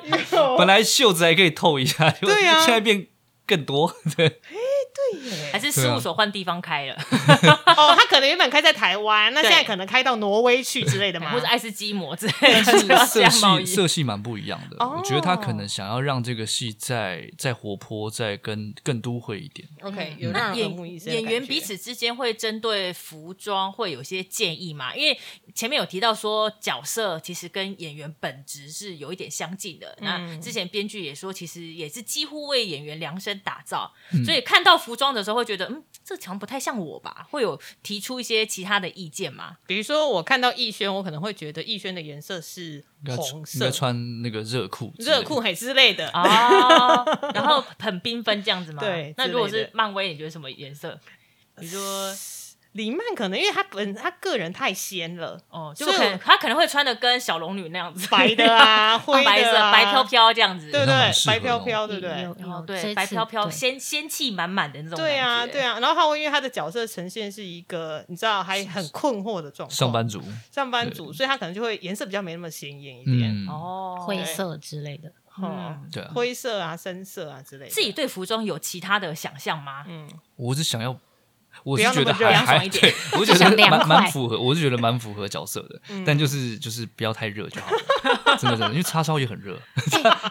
[SPEAKER 4] 本来袖子还可以透一下，就
[SPEAKER 1] 对啊
[SPEAKER 4] 现在变更多，
[SPEAKER 1] (laughs) 对
[SPEAKER 4] 对，
[SPEAKER 1] 啊耶
[SPEAKER 2] 还是事务所换地方开了，
[SPEAKER 1] 哦，他可能原本开在台湾，那
[SPEAKER 2] 对
[SPEAKER 1] 现在可能开到挪威去之类 (laughs) 的嘛
[SPEAKER 2] 或，者爱斯基摩之类的，就是
[SPEAKER 1] 啊
[SPEAKER 2] 要
[SPEAKER 4] 色
[SPEAKER 2] (laughs) 加贸
[SPEAKER 4] 系
[SPEAKER 2] 易。
[SPEAKER 4] 色系蛮不一样的。
[SPEAKER 1] 哦
[SPEAKER 4] 我觉得他可能想要让这个戏再再活泼，再跟更都会一点。
[SPEAKER 1] OK，有
[SPEAKER 2] 那
[SPEAKER 1] 让人耳目一
[SPEAKER 2] 演
[SPEAKER 1] 新的
[SPEAKER 2] 演
[SPEAKER 1] 感
[SPEAKER 2] 员
[SPEAKER 1] 觉
[SPEAKER 2] 彼此之间会针对服装会有些建议嘛？因为前面有提到说角色其实跟演员本质是有一点相近的。那
[SPEAKER 1] 嗯
[SPEAKER 2] 之前编剧也说，其实也是几乎为演员量身打造，
[SPEAKER 4] 嗯
[SPEAKER 2] 所以看到服装的时候会觉得，嗯，这好像不太像我吧？会有提出一些其他的意见嘛？
[SPEAKER 1] 比如说我看到逸轩，我可能会觉得逸轩的颜色是
[SPEAKER 4] 应该
[SPEAKER 1] 红
[SPEAKER 4] 应该
[SPEAKER 1] 色。
[SPEAKER 4] 穿那个热裤之类的，
[SPEAKER 1] 热裤还之类的，
[SPEAKER 2] 啊哦， (laughs) 然后很缤纷这样子嘛。
[SPEAKER 1] 对
[SPEAKER 2] 那如果
[SPEAKER 1] 之类
[SPEAKER 2] 是
[SPEAKER 1] 的
[SPEAKER 2] 漫威，你觉得什么颜色？你说
[SPEAKER 1] 李曼可能因为她本她个人太仙了，
[SPEAKER 2] 哦，就
[SPEAKER 1] 所以
[SPEAKER 2] 可能他可能会穿的跟小龙女那样子，
[SPEAKER 1] 白的啊，
[SPEAKER 2] 哦
[SPEAKER 1] 灰
[SPEAKER 2] (laughs) 白
[SPEAKER 1] 的
[SPEAKER 2] 色
[SPEAKER 1] 啊，
[SPEAKER 2] 白飘，飘这样子，
[SPEAKER 1] 对不
[SPEAKER 4] 那
[SPEAKER 1] 对
[SPEAKER 4] 蛮？适合
[SPEAKER 1] 白飘
[SPEAKER 4] 的哦
[SPEAKER 1] 飘，对不对
[SPEAKER 3] 有？有
[SPEAKER 2] 哦，
[SPEAKER 3] 有这
[SPEAKER 2] 对，
[SPEAKER 3] 次
[SPEAKER 2] 白飘飘，
[SPEAKER 3] 对
[SPEAKER 2] 仙仙气满满的那种。
[SPEAKER 1] 对啊，对，啊。然后他会因为他的角色呈现是一个你知道还很困惑的状况，
[SPEAKER 4] 上班族，
[SPEAKER 1] 上班族，所以他可能就会颜色比较没那么鲜艳一点，
[SPEAKER 4] 嗯，
[SPEAKER 2] 哦，
[SPEAKER 3] 灰色之类的。
[SPEAKER 1] 哦
[SPEAKER 4] 对啊，
[SPEAKER 1] 灰色啊、深色啊之类的。
[SPEAKER 2] 自己对服装有其他的想象吗？
[SPEAKER 1] 嗯，
[SPEAKER 4] 我是想要，我是
[SPEAKER 1] 要那
[SPEAKER 4] 觉得
[SPEAKER 1] 么热
[SPEAKER 4] 还
[SPEAKER 2] 凉爽
[SPEAKER 4] 还
[SPEAKER 2] 一点
[SPEAKER 4] 对，
[SPEAKER 1] (laughs)
[SPEAKER 4] 我是觉
[SPEAKER 3] 想
[SPEAKER 4] 得
[SPEAKER 3] 凉
[SPEAKER 4] 蛮
[SPEAKER 3] 快
[SPEAKER 4] 蛮符合，我是觉得蛮符合角色的，
[SPEAKER 1] 嗯
[SPEAKER 4] 但就是就是不要太热就
[SPEAKER 1] (laughs)
[SPEAKER 4] 好了，真的真的，因为叉烧也很热，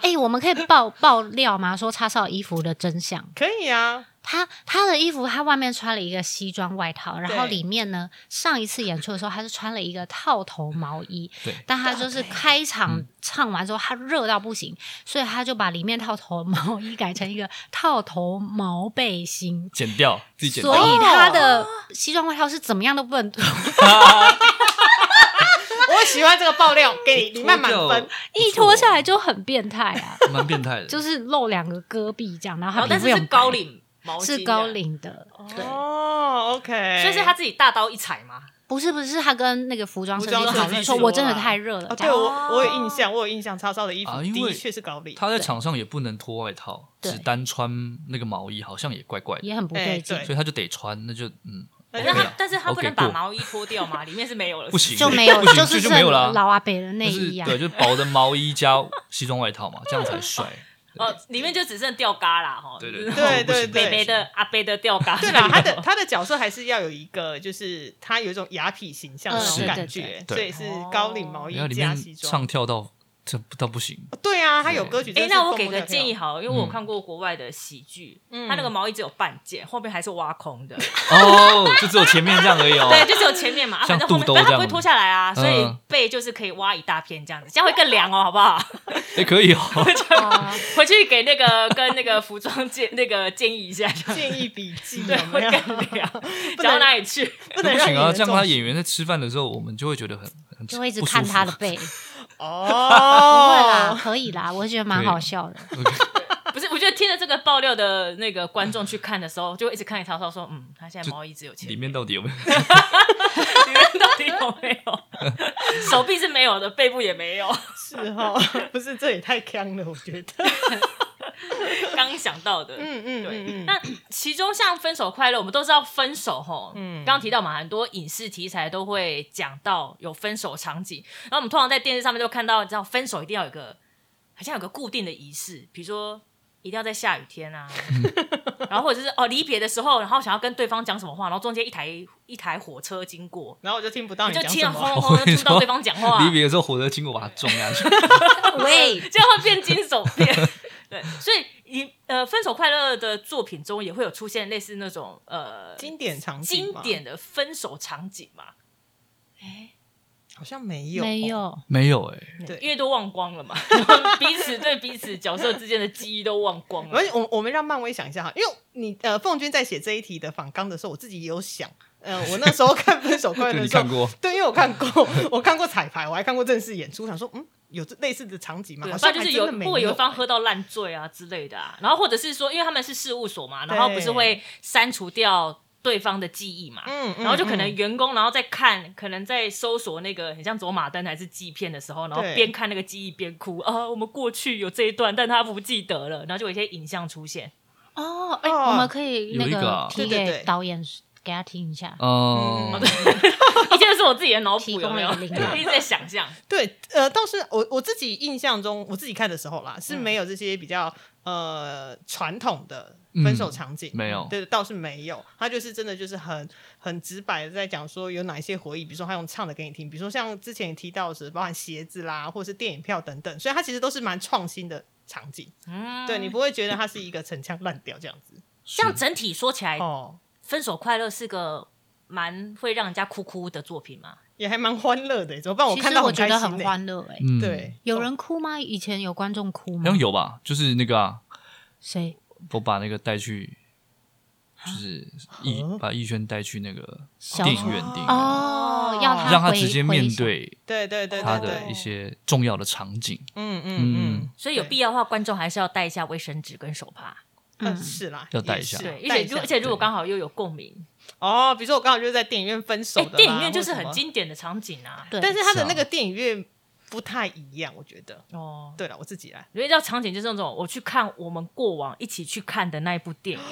[SPEAKER 3] 哎 (laughs) 哎、我们可以爆爆料吗？说叉烧衣服的真相。
[SPEAKER 1] 可以啊，
[SPEAKER 3] 他他的衣服，他外面穿了一个西装外套，然后
[SPEAKER 1] 对
[SPEAKER 3] 里面呢，上一次演出的时候，他是穿了一个套头毛衣。
[SPEAKER 4] 对嗯
[SPEAKER 3] 但他就是开场唱完之后，他热到不行，所以他就把里面套头毛衣改成一个套头毛背心。
[SPEAKER 4] 剪掉自己剪
[SPEAKER 3] 所
[SPEAKER 4] 掉，
[SPEAKER 3] 以他的西装外套是怎么样都
[SPEAKER 4] (laughs)
[SPEAKER 3] 不能脱，
[SPEAKER 1] 我喜欢这个爆料，给 (laughs) 你慢满
[SPEAKER 4] 脱掉
[SPEAKER 1] 分。
[SPEAKER 3] 一
[SPEAKER 4] 哦
[SPEAKER 3] 脱下来就很变态啊，
[SPEAKER 4] 蛮变态的，
[SPEAKER 3] 就是露两个胳臂这样，然后
[SPEAKER 2] 然哦
[SPEAKER 3] 他
[SPEAKER 2] 后但
[SPEAKER 3] 皮
[SPEAKER 2] 是
[SPEAKER 3] 肤又
[SPEAKER 2] 是
[SPEAKER 3] 很
[SPEAKER 2] 高
[SPEAKER 3] 白，
[SPEAKER 2] 领毛巾，
[SPEAKER 3] 是高，领的，对，
[SPEAKER 1] 哦，OK，
[SPEAKER 2] 所以是他自己大刀一踩嘛。
[SPEAKER 3] 不是不是，他跟那个服装设计
[SPEAKER 1] 服
[SPEAKER 3] 师
[SPEAKER 1] 装
[SPEAKER 3] 讨
[SPEAKER 1] 设
[SPEAKER 3] 论
[SPEAKER 1] 计
[SPEAKER 3] 说，
[SPEAKER 1] 师
[SPEAKER 3] 我真的
[SPEAKER 1] 说啊
[SPEAKER 3] 太热了
[SPEAKER 1] 哦，，
[SPEAKER 3] 这
[SPEAKER 1] 对
[SPEAKER 3] 样
[SPEAKER 1] 我我有印象，
[SPEAKER 2] 哦
[SPEAKER 1] 我有印象，叉烧的衣服
[SPEAKER 4] 啊因为
[SPEAKER 1] 的确是高领，
[SPEAKER 4] (laughs) 他在场上也不能脱外套，
[SPEAKER 3] 对
[SPEAKER 4] 只单穿那个毛衣好像也怪怪的，
[SPEAKER 3] 也很不
[SPEAKER 1] 哎
[SPEAKER 3] 对劲，
[SPEAKER 1] 对
[SPEAKER 4] 所以他就得穿，那就嗯，
[SPEAKER 1] 那
[SPEAKER 2] 那
[SPEAKER 1] 就
[SPEAKER 4] OK
[SPEAKER 2] 他
[SPEAKER 4] 啦
[SPEAKER 2] 但是他不
[SPEAKER 4] OK，
[SPEAKER 2] 能把
[SPEAKER 4] 过
[SPEAKER 2] 毛衣脱
[SPEAKER 1] (laughs)
[SPEAKER 2] 掉嘛，里面是没有了，
[SPEAKER 4] 不
[SPEAKER 3] (laughs)
[SPEAKER 4] 行
[SPEAKER 3] 就没有
[SPEAKER 4] 不，行
[SPEAKER 3] 是
[SPEAKER 4] 这就没有了啊
[SPEAKER 3] 剩老阿北的内
[SPEAKER 4] 就是
[SPEAKER 3] 衣啊，
[SPEAKER 4] 对，就是薄的毛衣加西装外套嘛，这样
[SPEAKER 3] (laughs)
[SPEAKER 4] 才帅，
[SPEAKER 2] 哦，里面就只剩吊嘎啦，哈，
[SPEAKER 4] 对对
[SPEAKER 2] 就是
[SPEAKER 1] 对对
[SPEAKER 4] (laughs) 不行不行
[SPEAKER 2] 北北的阿北的吊
[SPEAKER 1] (laughs)
[SPEAKER 2] 嘎，哦
[SPEAKER 1] 对啊啦，他的他的角色还是要有一个，就是他有一种雅痞形象的那种
[SPEAKER 4] 嗯
[SPEAKER 1] 感
[SPEAKER 3] 是
[SPEAKER 1] 觉，
[SPEAKER 4] 对
[SPEAKER 1] 所以是高领毛衣
[SPEAKER 4] 然后里
[SPEAKER 1] 加
[SPEAKER 4] 面
[SPEAKER 1] 西装
[SPEAKER 4] 唱。跳到这到不行，
[SPEAKER 1] 对啊，他有歌曲。
[SPEAKER 2] 哎、
[SPEAKER 1] 真的是
[SPEAKER 2] 那我
[SPEAKER 1] 蹦
[SPEAKER 2] 给
[SPEAKER 1] 蹦
[SPEAKER 2] 个
[SPEAKER 1] 跳跳
[SPEAKER 2] 建议，好了，因为我有看过国外的喜剧，
[SPEAKER 1] 嗯
[SPEAKER 2] 它那个毛衣只有半件，后面还是挖空
[SPEAKER 1] (laughs)
[SPEAKER 2] 的，
[SPEAKER 4] 哦，就只有前面这样而已哦，
[SPEAKER 2] 对，就只有前面嘛，啊
[SPEAKER 4] 像
[SPEAKER 2] 反正后
[SPEAKER 4] 肚
[SPEAKER 2] 面
[SPEAKER 4] 兜
[SPEAKER 2] 反正它
[SPEAKER 4] 这
[SPEAKER 2] 不
[SPEAKER 4] 样
[SPEAKER 2] 会脱下来啊，所以
[SPEAKER 4] 嗯
[SPEAKER 2] 背就是可以挖一大片这样子，这样会更凉哦，好不好？
[SPEAKER 4] 也可以哦，
[SPEAKER 3] 哦
[SPEAKER 2] 回去给那
[SPEAKER 4] (laughs)
[SPEAKER 2] 个跟那个服装建那个建议一下，这样
[SPEAKER 1] 建议笔记有
[SPEAKER 2] 对，
[SPEAKER 1] 没有？
[SPEAKER 2] 会更
[SPEAKER 4] (laughs)
[SPEAKER 2] 凉，
[SPEAKER 1] 不
[SPEAKER 2] 讲到
[SPEAKER 1] 能
[SPEAKER 2] 哪里去？
[SPEAKER 1] 不能
[SPEAKER 4] 不
[SPEAKER 1] 让
[SPEAKER 4] 行啊，
[SPEAKER 1] 人
[SPEAKER 4] 这样他
[SPEAKER 1] 中
[SPEAKER 4] 演员在吃饭的时候，我们就会觉得很很
[SPEAKER 3] 就会一直
[SPEAKER 4] 不舒
[SPEAKER 3] 看
[SPEAKER 4] 服
[SPEAKER 3] 他的
[SPEAKER 4] (laughs)
[SPEAKER 3] 背，
[SPEAKER 2] (laughs)
[SPEAKER 3] 不会啦，
[SPEAKER 1] 哦，
[SPEAKER 3] 可以啦，我觉得蛮好笑的。
[SPEAKER 2] 不是，我觉得听了这个爆料的那个观众去看的时候，就会一直看曹操说，嗯，他现在毛衣只有前
[SPEAKER 4] 里
[SPEAKER 2] 面，
[SPEAKER 4] 面到底有没有？
[SPEAKER 2] (laughs) 里面到底有没有？
[SPEAKER 4] (laughs)
[SPEAKER 2] 手臂是没有的，背部也没有。
[SPEAKER 1] (laughs) 是哦，不是这也太坑了，我觉得。
[SPEAKER 2] 刚想到的，
[SPEAKER 1] 嗯嗯
[SPEAKER 2] 对。
[SPEAKER 1] 嗯嗯，
[SPEAKER 2] 那其中像《分手快乐》，我们都知道分手吼，
[SPEAKER 1] 嗯
[SPEAKER 2] 刚刚提到嘛，很多影视题材都会讲到有分手场景，然后我们通常在电视上面都看到，你知道分手一定要有个，好像有个固定的仪式，比如说。一定要在下雨天啊，然后或者是哦离别的时候，然后想要跟对方讲什么话，然后中间一台一台火车经过，
[SPEAKER 1] 然后我就听不到
[SPEAKER 2] 你
[SPEAKER 1] 你
[SPEAKER 2] 就
[SPEAKER 1] 讲
[SPEAKER 2] 听
[SPEAKER 1] 什
[SPEAKER 2] 到轰
[SPEAKER 1] 么。
[SPEAKER 2] 隆轰隆就听不到对方讲话，
[SPEAKER 4] 离别的时候，火车经过把他撞下去，
[SPEAKER 2] (laughs)
[SPEAKER 3] 喂，
[SPEAKER 2] 这样会变金手变。 (laughs) 对，所以你呃，《分手快乐》的作品中也会有出现类似那种呃
[SPEAKER 1] 经典场景
[SPEAKER 2] 经
[SPEAKER 1] 吗，
[SPEAKER 2] 典的分手场景嘛，
[SPEAKER 1] 好像没 (laughs) 有，哦
[SPEAKER 3] 没，有，
[SPEAKER 4] (laughs) 没有哎、
[SPEAKER 1] 对
[SPEAKER 2] 因为都忘光了嘛， (laughs) 彼此对彼此角色之间的记忆都忘光了
[SPEAKER 1] 而。且我我们让漫威想一下哈，因为你呃，凤君在写这一题的访纲的时候，我自己也有想，呃，我那时候看《分手快乐》
[SPEAKER 4] 对
[SPEAKER 1] 的
[SPEAKER 4] (laughs) 你
[SPEAKER 1] 时候
[SPEAKER 4] 看，过？
[SPEAKER 1] 对，因为我看过，我看过彩排，我还看过正式演出，想说，嗯，有这类似的场景吗？
[SPEAKER 2] 对，
[SPEAKER 1] 好
[SPEAKER 2] 不
[SPEAKER 1] 像
[SPEAKER 2] 然就是
[SPEAKER 1] 还
[SPEAKER 2] 有
[SPEAKER 1] 真的没
[SPEAKER 2] 或有一方
[SPEAKER 1] 欸
[SPEAKER 2] 喝到烂醉啊之类的啊，然后或者是说，因为他们是事务所嘛，
[SPEAKER 1] 对
[SPEAKER 2] 然后不是会删除掉对方的记忆嘛，
[SPEAKER 1] 嗯，嗯
[SPEAKER 2] 然后就可能
[SPEAKER 1] 嗯
[SPEAKER 2] 员工，然后再看，可能在搜索那个很像走马灯还是记忆片的时候，然后
[SPEAKER 1] 对
[SPEAKER 2] 边看那个记忆边哭啊，我们过去有这一段，但他不记得了，然后就有一些影像出现， (laughs)
[SPEAKER 3] 哦，哎、
[SPEAKER 1] 哦
[SPEAKER 3] 我们可以那
[SPEAKER 4] 有一个啊
[SPEAKER 3] P
[SPEAKER 1] 对对对
[SPEAKER 3] 给导演给他听一下。
[SPEAKER 4] 哦、
[SPEAKER 2] 一切都是我自己的脑补，
[SPEAKER 3] 提
[SPEAKER 2] 有
[SPEAKER 3] 供
[SPEAKER 2] 没有？
[SPEAKER 3] 了一个灵
[SPEAKER 2] (laughs)
[SPEAKER 3] 感
[SPEAKER 2] 一直在想象，
[SPEAKER 1] 对，呃，倒是我我自己印象中，我自己看的时候啦，是没
[SPEAKER 2] 嗯
[SPEAKER 1] 有这些比较呃传统的
[SPEAKER 4] 嗯
[SPEAKER 1] 分手场景，
[SPEAKER 4] 没有
[SPEAKER 1] 对，倒是没有，他就是真的就是很很直白的在讲说有哪一些回忆，比如说他用唱的给你听，比如说像之前你提到的是包含鞋子啦，或者是电影票等等，所以他其实都是蛮创新的场景，
[SPEAKER 2] 嗯，
[SPEAKER 1] 对你不会觉得他是一个陈腔滥调这样子
[SPEAKER 2] 这样整体说起来，
[SPEAKER 1] 哦，
[SPEAKER 2] 分手快乐》是个蛮会让人家哭哭的作品嘛。
[SPEAKER 1] 也还蛮欢乐的，怎
[SPEAKER 4] 哦
[SPEAKER 1] 么办？
[SPEAKER 3] 其
[SPEAKER 1] 看
[SPEAKER 3] 实
[SPEAKER 1] 到
[SPEAKER 3] 我
[SPEAKER 1] 很
[SPEAKER 3] 觉
[SPEAKER 1] 开
[SPEAKER 3] 得
[SPEAKER 1] 心、
[SPEAKER 3] 很，欢乐哎、
[SPEAKER 4] 嗯，
[SPEAKER 1] 对，，哦
[SPEAKER 3] 有人哭吗？以前有观众哭
[SPEAKER 4] 好
[SPEAKER 3] 吗
[SPEAKER 4] 像？有吧，就是那个、啊、
[SPEAKER 3] 谁？
[SPEAKER 4] 我把那个带去，就是逸把逸轩带去那个
[SPEAKER 3] 小
[SPEAKER 4] 电影院
[SPEAKER 1] 丑
[SPEAKER 4] 电影院
[SPEAKER 3] 哦，要他
[SPEAKER 4] 让他
[SPEAKER 3] 回
[SPEAKER 4] 直接面，对
[SPEAKER 1] 对对对
[SPEAKER 4] 他
[SPEAKER 1] 对
[SPEAKER 4] 的一
[SPEAKER 1] 对，
[SPEAKER 4] 些重要的场景。
[SPEAKER 1] 嗯嗯嗯
[SPEAKER 4] 嗯，
[SPEAKER 2] 所以有
[SPEAKER 1] 对
[SPEAKER 2] 必要的话，观众还是要带一下卫生纸跟手帕。
[SPEAKER 3] 回
[SPEAKER 1] 嗯，
[SPEAKER 3] 想嗯，
[SPEAKER 1] 是啦，
[SPEAKER 4] 要带
[SPEAKER 1] 也
[SPEAKER 4] 一下
[SPEAKER 1] 是
[SPEAKER 2] 对，
[SPEAKER 1] 带
[SPEAKER 2] 而
[SPEAKER 1] 一
[SPEAKER 2] 且如
[SPEAKER 1] 下
[SPEAKER 2] 而且如果刚好又有共鸣，
[SPEAKER 1] 哦，比如说我刚好就是在电影院分手
[SPEAKER 2] 哎
[SPEAKER 1] 的、，啦
[SPEAKER 2] 电影院就是很，经典的场景啊。
[SPEAKER 1] 或
[SPEAKER 3] 对，
[SPEAKER 1] 什么但是他的
[SPEAKER 4] 是啊
[SPEAKER 1] 那个电影院不太一样，我觉得。
[SPEAKER 2] 哦，
[SPEAKER 1] 对了，我自己来，
[SPEAKER 2] 因为叫场景就是那种我去看我们过往一起去看的那一部
[SPEAKER 1] (laughs)
[SPEAKER 2] 电影，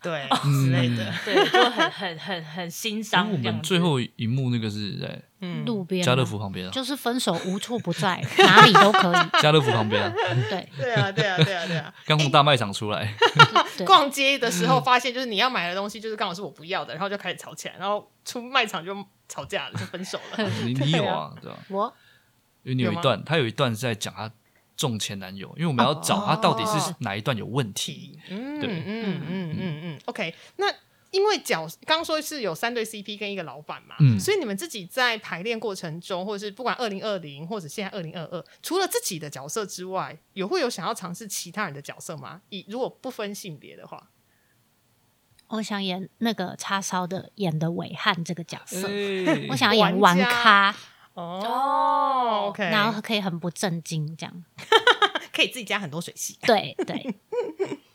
[SPEAKER 1] 对、之类的，
[SPEAKER 2] 对，就很很很很心
[SPEAKER 4] 因为我
[SPEAKER 2] 伤这样
[SPEAKER 4] 们
[SPEAKER 2] 子。
[SPEAKER 4] 最后一幕那个是在
[SPEAKER 1] 嗯，
[SPEAKER 3] 路边
[SPEAKER 4] 家乐
[SPEAKER 3] 嘛
[SPEAKER 4] 福旁边啊，
[SPEAKER 3] 就是分手无处不 (laughs) 在，哪里都可以。
[SPEAKER 4] 家乐福旁边啊，
[SPEAKER 3] 对
[SPEAKER 1] 对啊，对啊，对啊，对 (laughs) 啊。
[SPEAKER 4] 刚从大卖场出来，
[SPEAKER 3] 对，
[SPEAKER 1] 逛街的时候发现，就是你要买的东西，就是刚好是我不要的，然后就开始吵起来，然后出卖场就吵架了，就分手 (laughs) 了。
[SPEAKER 4] 你你有啊，对吧、
[SPEAKER 3] (laughs) 我
[SPEAKER 4] 因为你有
[SPEAKER 1] 有
[SPEAKER 4] 一
[SPEAKER 1] 吗
[SPEAKER 4] 段，他有一段是在讲他中前男友，因为我们要找他到底是哪一段有问题。
[SPEAKER 1] 嗯嗯
[SPEAKER 4] 对
[SPEAKER 1] 嗯嗯嗯嗯，OK，那。因为角刚说是有三对 CP 跟一个老板嘛，
[SPEAKER 4] 嗯
[SPEAKER 1] 所以你们自己在排练过程中，或者是不管二零二零或者现在二零二二，除了自己的角色之外，有会有想要尝试其他人的角色吗？以如果不分性别的话，
[SPEAKER 3] 我想演那个叉烧的演的伟汉这个角色，
[SPEAKER 4] 哎
[SPEAKER 3] 我想要演
[SPEAKER 1] 玩
[SPEAKER 3] 玩
[SPEAKER 1] 家
[SPEAKER 3] 咖，
[SPEAKER 1] 哦，OK，
[SPEAKER 3] 然后可以很不正经这样。
[SPEAKER 1] 可以自己加很多水戏，
[SPEAKER 3] 对对，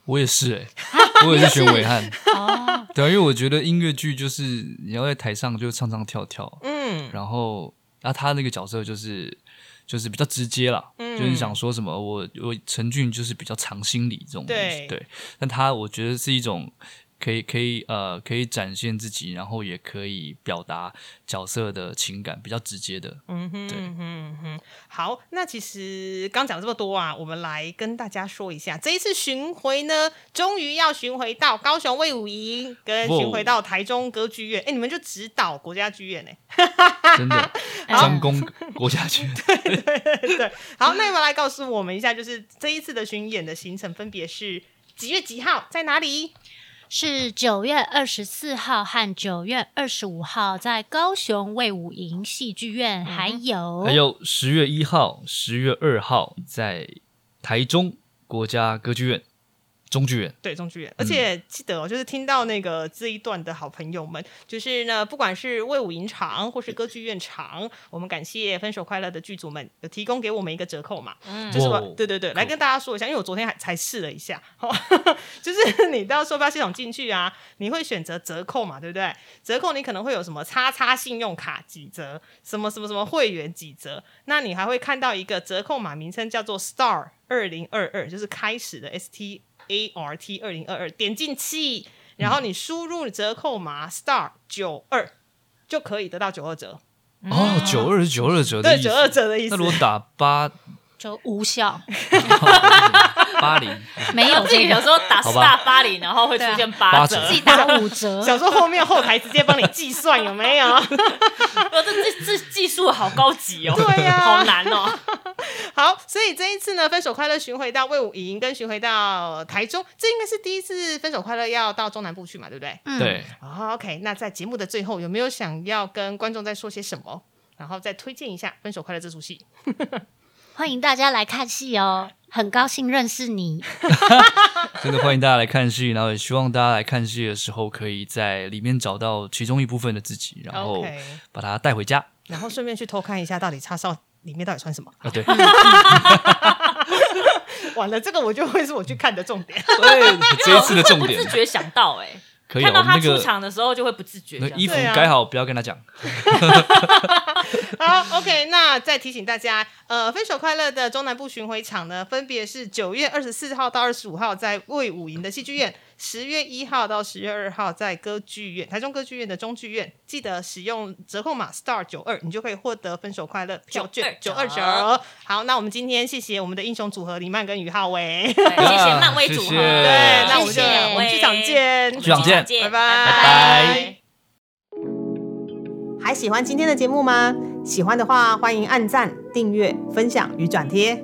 [SPEAKER 4] 我也是哎、我也是选伟汉，
[SPEAKER 3] (laughs) 哦，
[SPEAKER 4] 对啊，因为我觉得音乐剧就是你要在台上就唱唱跳跳，
[SPEAKER 1] 嗯
[SPEAKER 4] 然后那、他那个角色就是就是比较直接啦，
[SPEAKER 1] 嗯
[SPEAKER 4] 就是想说什么我我陈俊就是比较藏心理这种东
[SPEAKER 1] 对
[SPEAKER 4] 西，对，但他我觉得是一种。可以，可以，呃，可以展现自己，然后也可以表达角色的情感，比较直接的。
[SPEAKER 1] 嗯哼
[SPEAKER 4] 对
[SPEAKER 1] 嗯哼嗯哼，好，那其实刚讲这么多啊，我们来跟大家说一下，这一次巡回呢，终于要巡回到高雄卫武营，跟巡回到台中歌剧院，哎、你们就指导国家剧院呢、欸 (laughs)
[SPEAKER 4] 真的，
[SPEAKER 1] 嗯
[SPEAKER 4] 张公国家军，
[SPEAKER 1] 对，好，那你们来告诉我们一下，就是这一次的巡演的行程分别是几月几号在哪里？
[SPEAKER 3] 是九月二十四号和九月二十五号在高雄魏武营戏剧院，还有
[SPEAKER 4] 还有十月一号、十月二号在台中国家歌剧院、中剧院。
[SPEAKER 1] 对，中剧院。而且记得哦，就是听到那个这一段的好朋友们，就是呢，不管是魏武营场或是歌剧院场，我们感谢《分手快乐》的剧组们呃有提供给我们一个折扣嘛，就是我
[SPEAKER 4] 哇哦
[SPEAKER 1] 对对对，来跟大家说一下，因为我昨天还才试了一下，哦、 (laughs) 就是你到售票系统进去啊，你会选择折扣嘛，对不对？折扣你可能会有什么叉叉信用卡几折，什么什么什么会员几折，那你还会看到一个折扣码名称叫做 Star 二零二二，就是开始的 S T A R T 二零二二，点进去，然后你输入折扣码 Star 九二就可以得到九二折，
[SPEAKER 4] 哦，九二九二折
[SPEAKER 1] 嗯
[SPEAKER 4] 的
[SPEAKER 1] 对，
[SPEAKER 4] 意
[SPEAKER 1] 九二
[SPEAKER 4] 思。
[SPEAKER 1] 折的意思。
[SPEAKER 4] 那如。果打八
[SPEAKER 3] 就无效，
[SPEAKER 4] 八零，
[SPEAKER 3] 没有
[SPEAKER 2] 自己
[SPEAKER 3] (laughs) 这
[SPEAKER 2] 有
[SPEAKER 3] 个，
[SPEAKER 2] 时候打
[SPEAKER 4] 好
[SPEAKER 2] 四
[SPEAKER 4] 吧
[SPEAKER 2] 大八零，然后会出现八
[SPEAKER 4] 八
[SPEAKER 2] 折
[SPEAKER 4] 折，
[SPEAKER 3] 自
[SPEAKER 2] (laughs)
[SPEAKER 3] 己打五折
[SPEAKER 1] 想说后面后台直接帮你计算有没有？ (laughs)
[SPEAKER 2] 我这这这技术好高级哦，
[SPEAKER 1] 对呀
[SPEAKER 2] 好难哦。
[SPEAKER 1] 好，所以这一次呢，《分手快乐》巡回到魏武营，跟巡回到台中，这应该是第一次《分手快乐》要到中南部去嘛，对不对？
[SPEAKER 3] 嗯，
[SPEAKER 4] 对，
[SPEAKER 1] 哦、OK，那在节目的最后，有没有想要跟观众再说些什么？然后再推荐一下《分手快乐》这出戏。
[SPEAKER 3] 欢迎大家来看戏哦，很高兴认识你。
[SPEAKER 4] 真的欢迎大家来看戏，然后也希望大家来看戏的时候，可以在里面找到其中一部分的自己，然后
[SPEAKER 1] OK
[SPEAKER 4] 把它带回家。
[SPEAKER 1] 然后顺便去偷看一下，到底叉烧里面到底穿什么？
[SPEAKER 4] 啊，对，
[SPEAKER 1] 完了，这个我就会是我去看的重点。
[SPEAKER 4] (laughs) 对， (laughs) 这一次的
[SPEAKER 2] 会
[SPEAKER 4] 重
[SPEAKER 2] 不
[SPEAKER 4] (laughs) 点
[SPEAKER 2] 自觉想到哎、
[SPEAKER 4] 可以啊，
[SPEAKER 2] 看到
[SPEAKER 4] 我们
[SPEAKER 2] 他
[SPEAKER 4] 那
[SPEAKER 2] 出
[SPEAKER 4] 个
[SPEAKER 2] 场的时候就会不自觉这
[SPEAKER 4] 那
[SPEAKER 2] 样。
[SPEAKER 4] 衣服
[SPEAKER 1] 对啊
[SPEAKER 4] 改好，不要跟他讲。
[SPEAKER 1] 好，OK，那再提醒大家，呃，分手快乐的中南部巡回场呢，分别是九月二十四号到二十五号在魏武营的戏剧院，十月一号到十月二号在歌剧院，台中歌剧院的中剧院。记得使用折扣码 star 九二，你就可以获得分手快乐票券九二
[SPEAKER 2] 929
[SPEAKER 1] 九。好，那我们今天谢谢我们的英雄组合李曼跟于浩伟，
[SPEAKER 2] 对谢谢
[SPEAKER 4] 啊
[SPEAKER 2] 漫威组合，
[SPEAKER 4] 谢谢
[SPEAKER 1] 对， (laughs) 那我们
[SPEAKER 2] 谢
[SPEAKER 1] 就
[SPEAKER 2] 谢
[SPEAKER 1] 我们剧场见，
[SPEAKER 4] 剧场见
[SPEAKER 1] 拜拜
[SPEAKER 4] 拜拜
[SPEAKER 5] 还喜欢今天的节目吗？喜欢的话，欢迎按赞、订阅、分享与转贴。